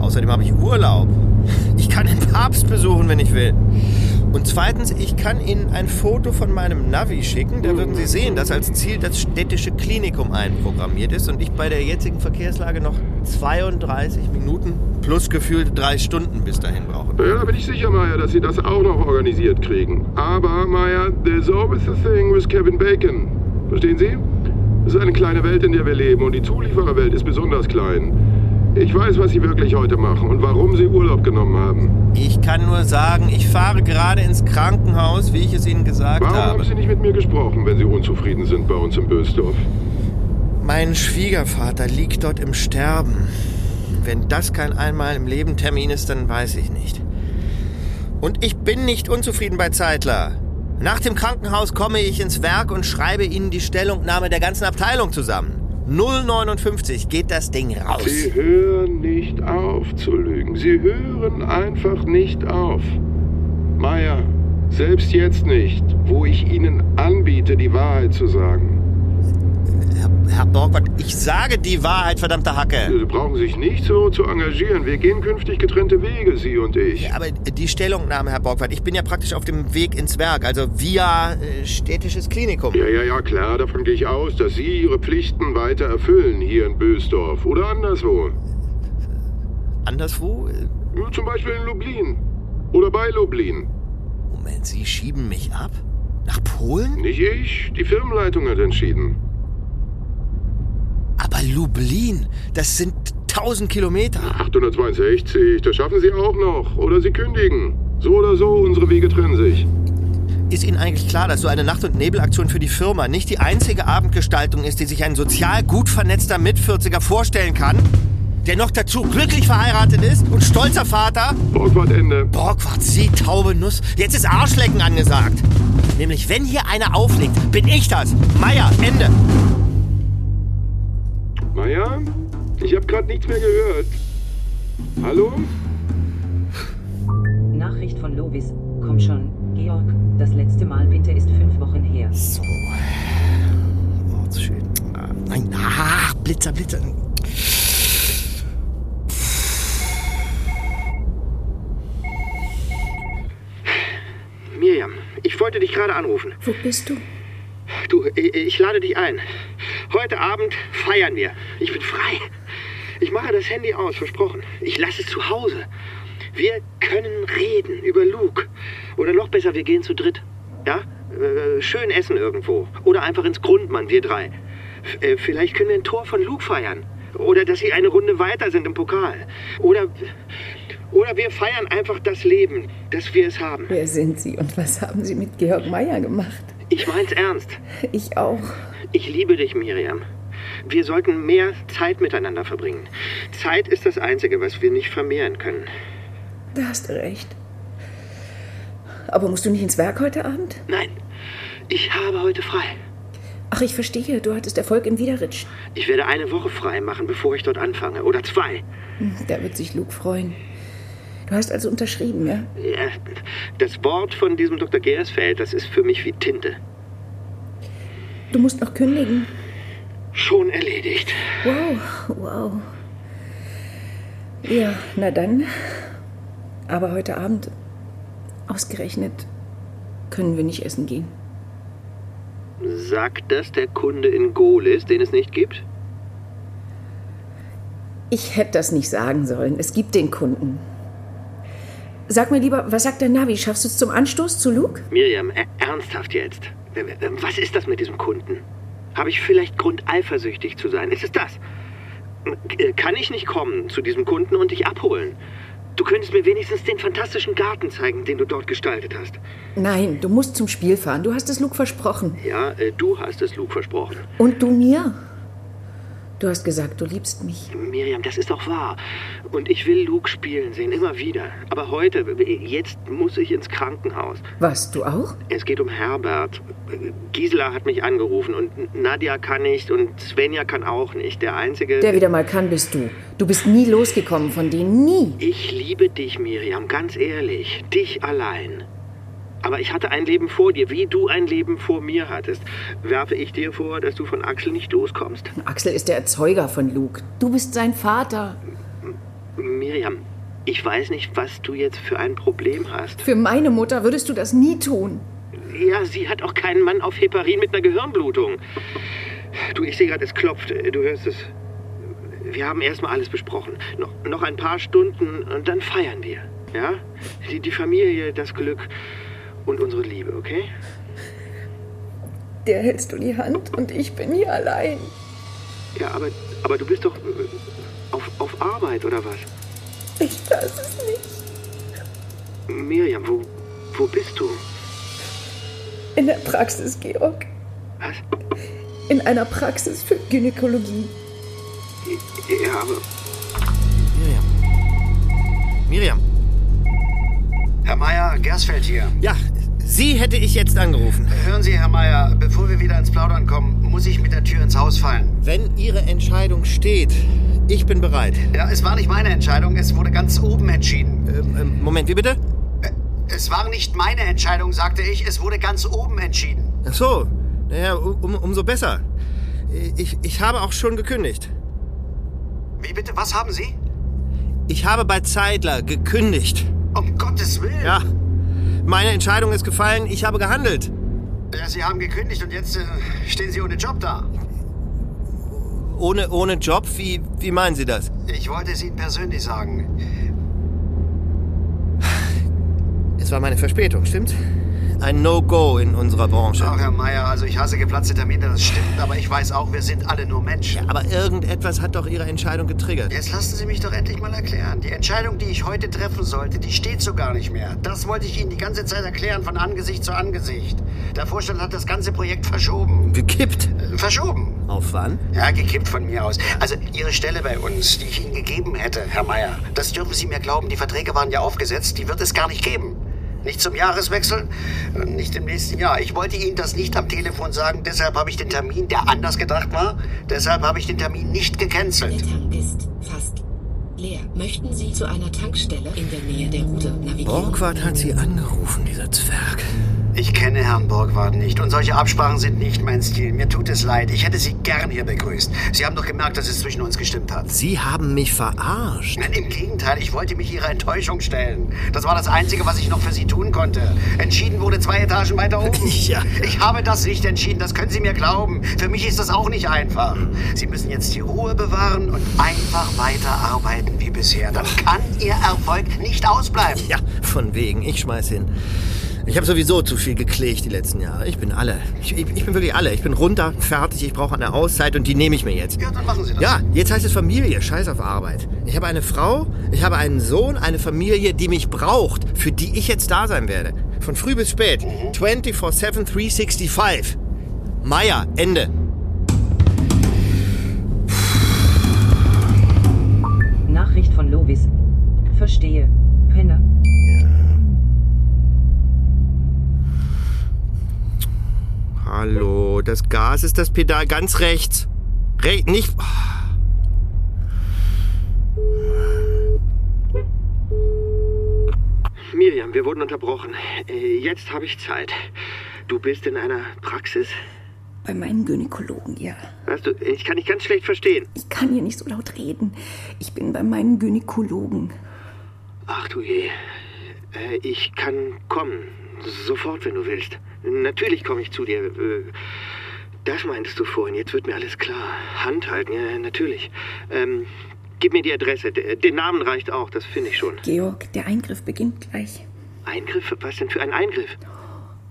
Außerdem habe ich Urlaub. Ich kann den Papst besuchen, wenn ich will. Und zweitens, ich kann Ihnen ein Foto von meinem Navi schicken. Da würden Sie sehen, dass als Ziel das städtische Klinikum einprogrammiert ist und ich bei der jetzigen Verkehrslage noch 32 Minuten plus gefühlte drei Stunden bis dahin brauche.
Ja, da bin ich sicher, Maya, dass Sie das auch noch organisiert kriegen. Aber, Maya, there's always a thing with Kevin Bacon. Verstehen Sie? Es ist eine kleine Welt, in der wir leben und die Zuliefererwelt ist besonders klein. Ich weiß, was Sie wirklich heute machen und warum Sie Urlaub genommen haben.
Ich kann nur sagen, ich fahre gerade ins Krankenhaus, wie ich es Ihnen gesagt
Warum
habe.
haben Sie nicht mit mir gesprochen, wenn Sie unzufrieden sind bei uns in Bösdorf?
Mein Schwiegervater liegt dort im Sterben. Wenn das kein einmal im Leben Termin ist, dann weiß ich nicht. Und ich bin nicht unzufrieden bei Zeitler. Nach dem Krankenhaus komme ich ins Werk und schreibe Ihnen die Stellungnahme der ganzen Abteilung zusammen. 059 geht das Ding raus.
Sie hören nicht auf zu lügen. Sie hören einfach nicht auf. Meier, selbst jetzt nicht, wo ich Ihnen anbiete, die Wahrheit zu sagen.
Herr Borgward, ich sage die Wahrheit, verdammte Hacke.
Sie brauchen sich nicht so zu engagieren. Wir gehen künftig getrennte Wege, Sie und ich.
Aber die Stellungnahme, Herr Borgward, ich bin ja praktisch auf dem Weg ins Werk, also via äh, städtisches Klinikum.
Ja, ja, ja, klar, davon gehe ich aus, dass Sie Ihre Pflichten weiter erfüllen hier in Bösdorf oder anderswo.
Anderswo?
Ja, Zum Beispiel in Lublin oder bei Lublin.
Moment, Sie schieben mich ab? Nach Polen?
Nicht ich, die Firmenleitung hat entschieden.
Aber Lublin, das sind 1000 Kilometer.
862, das schaffen Sie auch noch. Oder Sie kündigen. So oder so, unsere Wege trennen sich.
Ist Ihnen eigentlich klar, dass so eine Nacht- und Nebelaktion für die Firma nicht die einzige Abendgestaltung ist, die sich ein sozial gut vernetzter Mitvierziger vorstellen kann? Der noch dazu glücklich verheiratet ist und stolzer Vater?
Borgward Ende.
Borgward, Sie taube Nuss. Jetzt ist Arschlecken angesagt. Nämlich, wenn hier einer auflegt, bin ich das. Meier, Ende.
Maya, ich habe gerade nichts mehr gehört. Hallo?
Nachricht von Lovis. Komm schon, Georg. Das letzte Mal Winter ist fünf Wochen her.
So. Ortsschild. Ah, Nein, ah, Blitzer, Blitzer.
Miriam, ich wollte dich gerade anrufen.
Wo bist du?
Du, ich, ich lade dich ein. Heute Abend feiern wir. Ich bin frei. Ich mache das Handy aus, versprochen. Ich lasse es zu Hause. Wir können reden über Luke. Oder noch besser, wir gehen zu dritt. Ja? Äh, schön essen irgendwo. Oder einfach ins Grundmann, wir drei. F äh, vielleicht können wir ein Tor von Luke feiern. Oder dass sie eine Runde weiter sind im Pokal. Oder, oder wir feiern einfach das Leben, dass wir es haben.
Wer sind Sie und was haben Sie mit Georg Meier gemacht?
Ich mein's ernst.
<laughs> Ich auch.
Ich liebe dich, Miriam. Wir sollten mehr Zeit miteinander verbringen. Zeit ist das Einzige, was wir nicht vermehren können.
Da hast du recht. Aber musst du nicht ins Werk heute Abend?
Nein, ich habe heute frei.
Ach, ich verstehe. Du hattest Erfolg im Wiederitsch.
Ich werde eine Woche frei machen, bevor ich dort anfange. Oder zwei.
Hm, Da wird sich Luke freuen. Du hast also unterschrieben, ja?
Ja, Das Wort von diesem Dr. Gersfeld, das ist für mich wie Tinte.
Du musst noch kündigen.
Schon erledigt.
Wow, wow. Ja, na dann. Aber heute Abend, ausgerechnet, können wir nicht essen gehen.
Sagt das der Kunde in Golis, den es nicht gibt?
Ich hätte das nicht sagen sollen. Es gibt den Kunden. Sag mir lieber, was sagt der Navi? Schaffst du es zum Anstoß zu Luke?
Miriam, e- ernsthaft jetzt. Was ist das mit diesem Kunden? Habe ich vielleicht Grund, eifersüchtig zu sein? Ist es das? Äh, Kann ich nicht kommen zu diesem Kunden und dich abholen? Du könntest mir wenigstens den fantastischen Garten zeigen, den du dort gestaltet hast.
Nein, du musst zum Spiel fahren. Du hast es Luke versprochen.
Ja, äh, du hast es Luke versprochen.
Und du mir? Du hast gesagt, du liebst mich.
Miriam, das ist doch wahr. Und ich will Luke spielen sehen, immer wieder. Aber heute, äh, jetzt muss ich ins Krankenhaus.
Was, du auch?
Es geht um Herbert. Gisela hat mich angerufen und Nadja kann nicht und Svenja kann auch nicht. Der einzige.
Der wieder mal kann, bist du. Du bist nie losgekommen von denen, nie.
Ich liebe dich, Miriam, ganz ehrlich. Dich allein. Aber ich hatte ein Leben vor dir, wie du ein Leben vor mir hattest. Werfe ich dir vor, dass du von Axel nicht loskommst?
Axel ist der Erzeuger von Luke. Du bist sein Vater.
Miriam, ich weiß nicht, was du jetzt für ein Problem hast.
Für meine Mutter würdest du das nie tun.
Ja, sie hat auch keinen Mann auf Heparin mit einer Gehirnblutung. Du, ich sehe gerade, es klopft. Du hörst es. Wir haben erstmal alles besprochen. No, noch ein paar Stunden und dann feiern wir. Ja? Die, die Familie, das Glück und unsere Liebe, okay?
Der hältst du die Hand und ich bin hier allein.
Ja, aber, aber du bist doch äh, auf, auf Arbeit, oder was?
Ich weiß es nicht.
Miriam, wo, wo bist du?
In der Praxis, Georg.
Was?
In einer Praxis für Gynäkologie.
Ja, aber
Miriam.
Herr Meier, Gersfeld hier.
Ja, Sie hätte ich
<laughs>
jetzt angerufen.
Hören Sie, Herr Meier, bevor wir wieder ins Plaudern kommen, muss ich mit der Tür ins Haus fallen.
Wenn Ihre Entscheidung steht, ich bin bereit.
Ja, es war nicht meine Entscheidung, es wurde ganz oben entschieden. Äh,
Ähm, ähm, Moment, wie bitte?
Es war nicht meine Entscheidung, sagte ich, es wurde ganz oben entschieden.
Ach so, naja, um, umso besser. Ich, ich habe auch schon gekündigt.
Wie bitte, was haben Sie?
Ich habe bei Zeidler gekündigt.
Um Gottes Willen.
Ja, meine Entscheidung ist gefallen, ich habe gehandelt.
Ja, Äh, Sie haben gekündigt und jetzt äh, stehen Sie ohne Job da.
Ohne, ohne Job, wie, wie meinen Sie das?
Ich wollte es Ihnen persönlich sagen.
Es war meine Verspätung, stimmt? Ein No-Go in unserer Branche.
Auch Herr Meier, also ich hasse geplatzte Termine, das stimmt, aber ich weiß auch, wir sind alle nur Menschen.
Aber irgendetwas hat doch Ihre Entscheidung getriggert.
Jetzt lassen Sie mich doch endlich mal erklären. Die Entscheidung, die ich heute treffen sollte, die steht so gar nicht mehr. Das wollte ich Ihnen die ganze Zeit erklären, von Angesicht zu Angesicht. Der Vorstand hat das ganze Projekt verschoben.
Gekippt.
Äh, Verschoben?
Auf wann?
Ja, gekippt von mir aus. Also Ihre Stelle bei uns, die ich Ihnen gegeben hätte, Herr Meier, das dürfen Sie mir glauben, die Verträge waren ja aufgesetzt, die wird es gar nicht geben. Nicht zum Jahreswechsel, nicht im nächsten Jahr. Ich wollte Ihnen das nicht am Telefon sagen, deshalb habe ich den Termin, der anders gedacht war, deshalb habe ich den Termin nicht
Der
gecancelt.
Tank ist fast leer. Möchten Sie zu einer Tankstelle in der Nähe der Route navigieren?
Borgward hat Sie angerufen, dieser Zwerg.
Ich kenne Herrn Borgward nicht und solche Absprachen sind nicht mein Stil. Mir tut es leid, ich hätte Sie gern hier begrüßt. Sie haben doch gemerkt, dass es zwischen uns gestimmt hat.
Sie haben mich verarscht.
Nein, Im Gegenteil, ich wollte mich Ihrer Enttäuschung stellen. Das war das Einzige, was ich noch für Sie tun konnte. Entschieden wurde zwei Etagen weiter oben.
<laughs> Ja.
Ich habe das nicht entschieden, das können Sie mir glauben. Für mich ist das auch nicht einfach. Sie müssen jetzt die Ruhe bewahren und einfach weiterarbeiten wie bisher. Dann kann Ihr Erfolg nicht ausbleiben.
Ja, von wegen. Ich schmeiß hin. Ich habe sowieso zu viel gekleegt die letzten Jahre. Ich bin alle. Ich, ich, ich bin wirklich alle. Ich bin runter, fertig. Ich brauche eine Auszeit und die nehme ich mir jetzt.
Ja, dann machen Sie das.
Ja, jetzt heißt es Familie. Scheiß auf Arbeit. Ich habe eine Frau, ich habe einen Sohn, eine Familie, die mich braucht, für die ich jetzt da sein werde. Von früh bis spät.
Mhm.
24-7, 365. Meier, Ende.
Nachricht von Lovis. Verstehe. Penner.
Hallo, das Gas ist das Pedal ganz rechts. Re nicht. ah.
Miriam, wir wurden unterbrochen. Äh, Jetzt habe ich Zeit. Du bist in einer Praxis.
Bei meinem Gynäkologen, ja.
Weißt du, ich kann dich ganz schlecht verstehen.
Ich kann hier nicht so laut reden. Ich bin bei meinem Gynäkologen.
Ach du je. Äh, Ich kann kommen. Sofort, wenn du willst. Natürlich komme ich zu dir. Äh, Das meintest du vorhin. Jetzt wird mir alles klar. Hand halten, ja, natürlich. Ähm, gib mir die Adresse. D- äh, Den Namen reicht auch. Das finde ich schon.
Georg, der Eingriff beginnt gleich.
Eingriff? Was denn für ein Eingriff?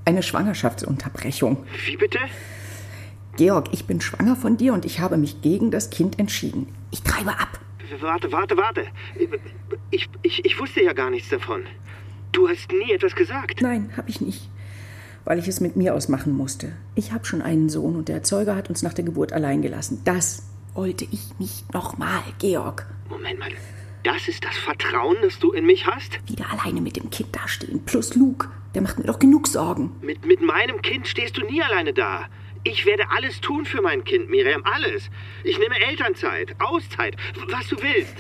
Eine Schwangerschaftsunterbrechung.
Wie bitte?
Georg, ich bin schwanger von dir und ich habe mich gegen das Kind entschieden. Ich treibe ab.
Warte, warte, warte. Ich, ich, ich wusste ja gar nichts davon. Du hast nie etwas gesagt.
Nein, habe ich nicht. Weil ich es mit mir ausmachen musste. Ich habe schon einen Sohn und der Erzeuger hat uns nach der Geburt allein gelassen. Das wollte ich nicht nochmal, Georg.
Moment mal. Das ist das Vertrauen, das du in mich hast?
Wieder alleine mit dem Kind dastehen. Plus Luke. Der macht mir doch genug Sorgen.
Mit, mit meinem Kind stehst du nie alleine da. Ich werde alles tun für mein Kind, Miriam, alles. Ich nehme Elternzeit, Auszeit, w- was du willst.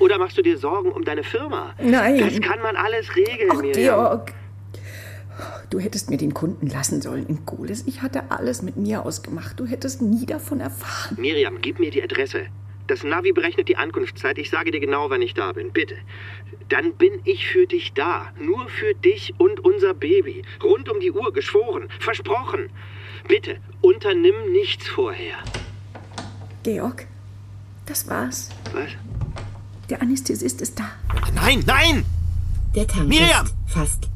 Oder machst du dir Sorgen um deine Firma?
Nein.
Das kann man alles regeln,
Ach,
Miriam.
Georg. Du hättest mir den Kunden lassen sollen in Goles. Ich hatte alles mit mir ausgemacht. Du hättest nie davon erfahren.
Miriam, gib mir die Adresse. Das Navi berechnet die Ankunftszeit. Ich sage dir genau, wann ich da bin. Bitte. Dann bin ich für dich da. Nur für dich und unser Baby. Rund um die Uhr geschworen. Versprochen. Bitte, unternimm nichts vorher.
Georg, das war's.
Was?
Der Anästhesist ist da.
Nein, nein!
Der Tank
Miriam!
ist fast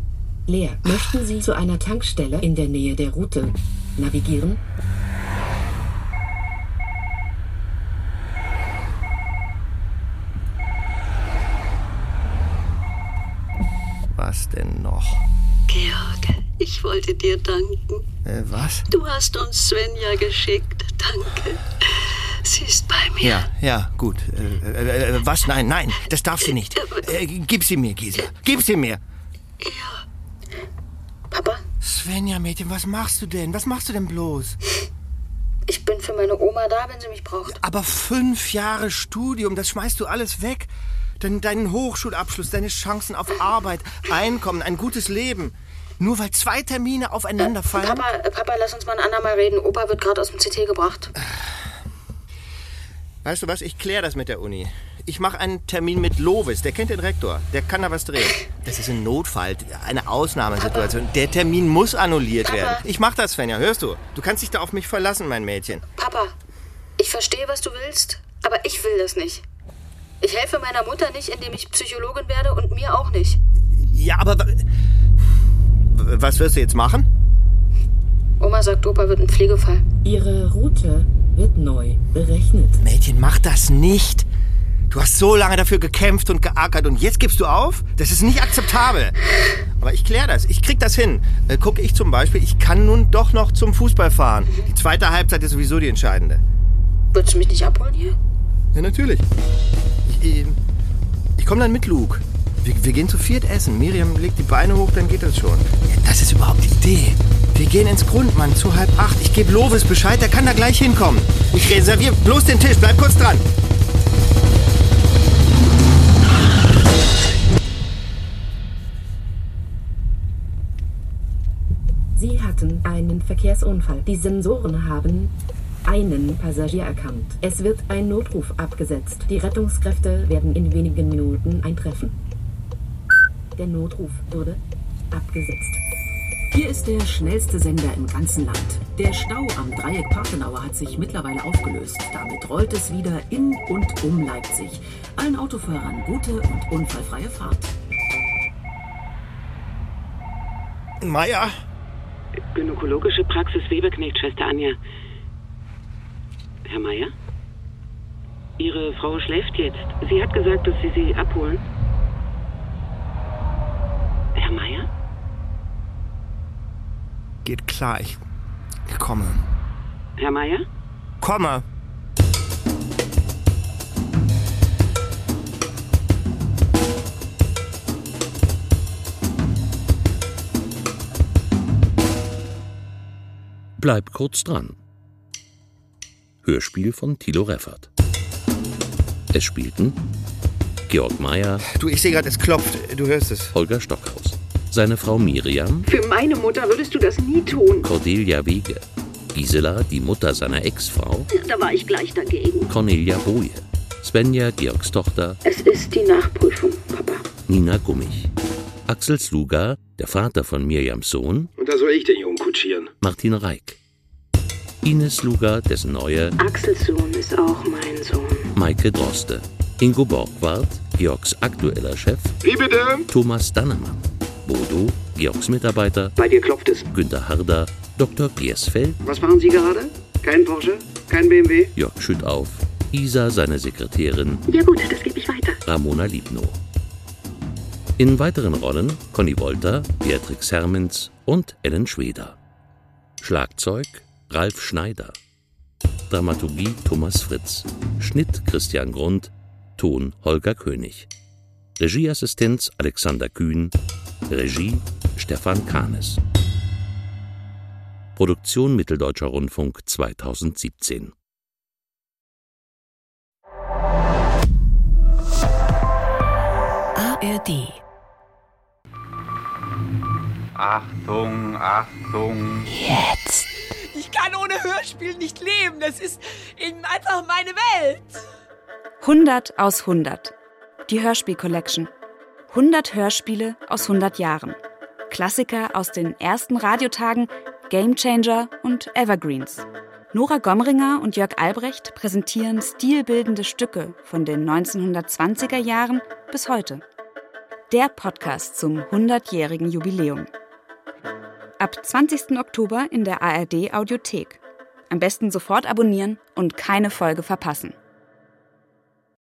leer. Möchten Sie zu einer Tankstelle in der Nähe der Route navigieren?
Was denn noch?
Georg, ich wollte dir danken.
Äh, was?
Du hast uns Svenja geschickt. Danke. Sie ist bei mir.
Ja, ja, gut. Äh, äh, äh, was? Nein, nein, das darf sie nicht. Äh, gib sie mir, Gisa. Gib sie mir.
Papa,
Svenja, Mädchen, was machst du denn? Was machst du denn bloß?
ich bin für meine Oma da, wenn sie mich braucht.
Aber fünf Jahre Studium, das schmeißt du alles weg. Dein, deinen Hochschulabschluss, deine Chancen auf Arbeit, Einkommen, ein gutes Leben. Nur weil zwei Termine aufeinanderfallen.
Papa, äh, Papa, lass uns mal ein andermal reden. Opa wird gerade aus dem CT gebracht.
Weißt du was, ich kläre das mit der Uni. Ich mache einen Termin mit Lovis, der kennt den Rektor, der kann da was drehen. Das ist ein Notfall, eine Ausnahmesituation. Der Termin muss annulliert
Papa.
werden. Ich mache das, Svenja, hörst du? Du kannst dich da auf mich verlassen, mein Mädchen.
Papa, ich verstehe, was du willst, aber ich will das nicht. Ich helfe meiner Mutter nicht, indem ich Psychologin werde und mir auch nicht.
Ja, aber wa- was wirst du jetzt machen?
Oma sagt, Opa wird ein Pflegefall.
Ihre Route wird neu berechnet.
Mädchen, mach das nicht. Du hast so lange dafür gekämpft und geackert und jetzt gibst du auf? Das ist nicht akzeptabel. Aber ich kläre das. Ich krieg das hin. Äh, guck ich zum Beispiel, ich kann nun doch noch zum Fußball fahren. Die zweite Halbzeit ist sowieso die entscheidende.
Würdest du mich nicht abholen hier?
Ja, natürlich. Ich, ich, ich komme dann mit Luke. Wir, wir gehen zu viert essen. Miriam legt die Beine hoch, dann geht das schon. Ja, das ist überhaupt die Idee. Wir gehen ins Grundmann zu halb acht. Ich gebe Lovis Bescheid, der kann da gleich hinkommen. Ich reserviere bloß den Tisch. Bleib kurz dran.
Sie hatten einen Verkehrsunfall. Die Sensoren haben einen Passagier erkannt. Es wird ein Notruf abgesetzt. Die Rettungskräfte werden in wenigen Minuten eintreffen. Der Notruf wurde abgesetzt.
Hier ist der schnellste Sender im ganzen Land. Der Stau am Dreieck Parkenauer hat sich mittlerweile aufgelöst. Damit rollt es wieder in und um Leipzig. Allen Autofahrern gute und unfallfreie Fahrt.
Meier.
Gynäkologische Praxis Weberknecht, Schwester Anja. Herr Meier? Ihre Frau schläft jetzt. Sie hat gesagt, dass Sie sie abholen. Herr Meier?
Geht klar, ich komme.
Herr Meier?
Komme.
Bleib kurz dran. Hörspiel von Thilo Reffert. Es spielten Georg Meier,
Du, ich sehe gerade, es klopft. Du hörst es.
Holger Stockhaus, seine Frau Miriam,
Für meine Mutter würdest du das nie tun.
Cordelia Wege, Gisela, die Mutter seiner Ex-Frau,
Da war ich gleich dagegen.
Cornelia Boje, Svenja, Georgs Tochter,
Es ist die Nachprüfung, Papa.
Nina Gummich, Axel Sluga, der Vater von Miriams Sohn,
Und da soll ich den Jungen kutschieren.
Martin Reik, Ines Sluga, dessen Neue,
Axels Sohn ist auch mein Sohn.
Maike Droste, Ingo Borgward, Georgs aktueller Chef,
Wie bitte?
Thomas Dannemann, Bodo, Georgs Mitarbeiter,
Bei dir klopft es.
Günter Harder, Dr. Biersfeld,
Was machen Sie gerade? Kein Porsche? Kein BMW?
Jörg Schüttauf, Isa, seine Sekretärin,
Ja gut, das gebe ich weiter.
Ramona Liebno. In weiteren Rollen Conny Wolter, Beatrix Hermens und Ellen Schweder. Schlagzeug Ralf Schneider. Dramaturgie Thomas Fritz. Schnitt Christian Grund. Ton Holger König. Regieassistenz Alexander Kühn. Regie Stefan Kahnes. Produktion Mitteldeutscher Rundfunk 2017.
ARD.
Ah.
Achtung, Achtung.
Jetzt. Ich kann ohne Hörspiel nicht leben. Das ist eben einfach meine Welt.
100 aus 100. Die Hörspiel Collection. 100 Hörspiele aus 100 Jahren. Klassiker aus den ersten Radiotagen, Gamechanger und Evergreens. Nora Gomringer und Jörg Albrecht präsentieren stilbildende Stücke von den 1920er Jahren bis heute. Der Podcast zum 100-jährigen Jubiläum. Ab 20. Oktober in der ARD Audiothek. Am besten sofort abonnieren und keine Folge verpassen.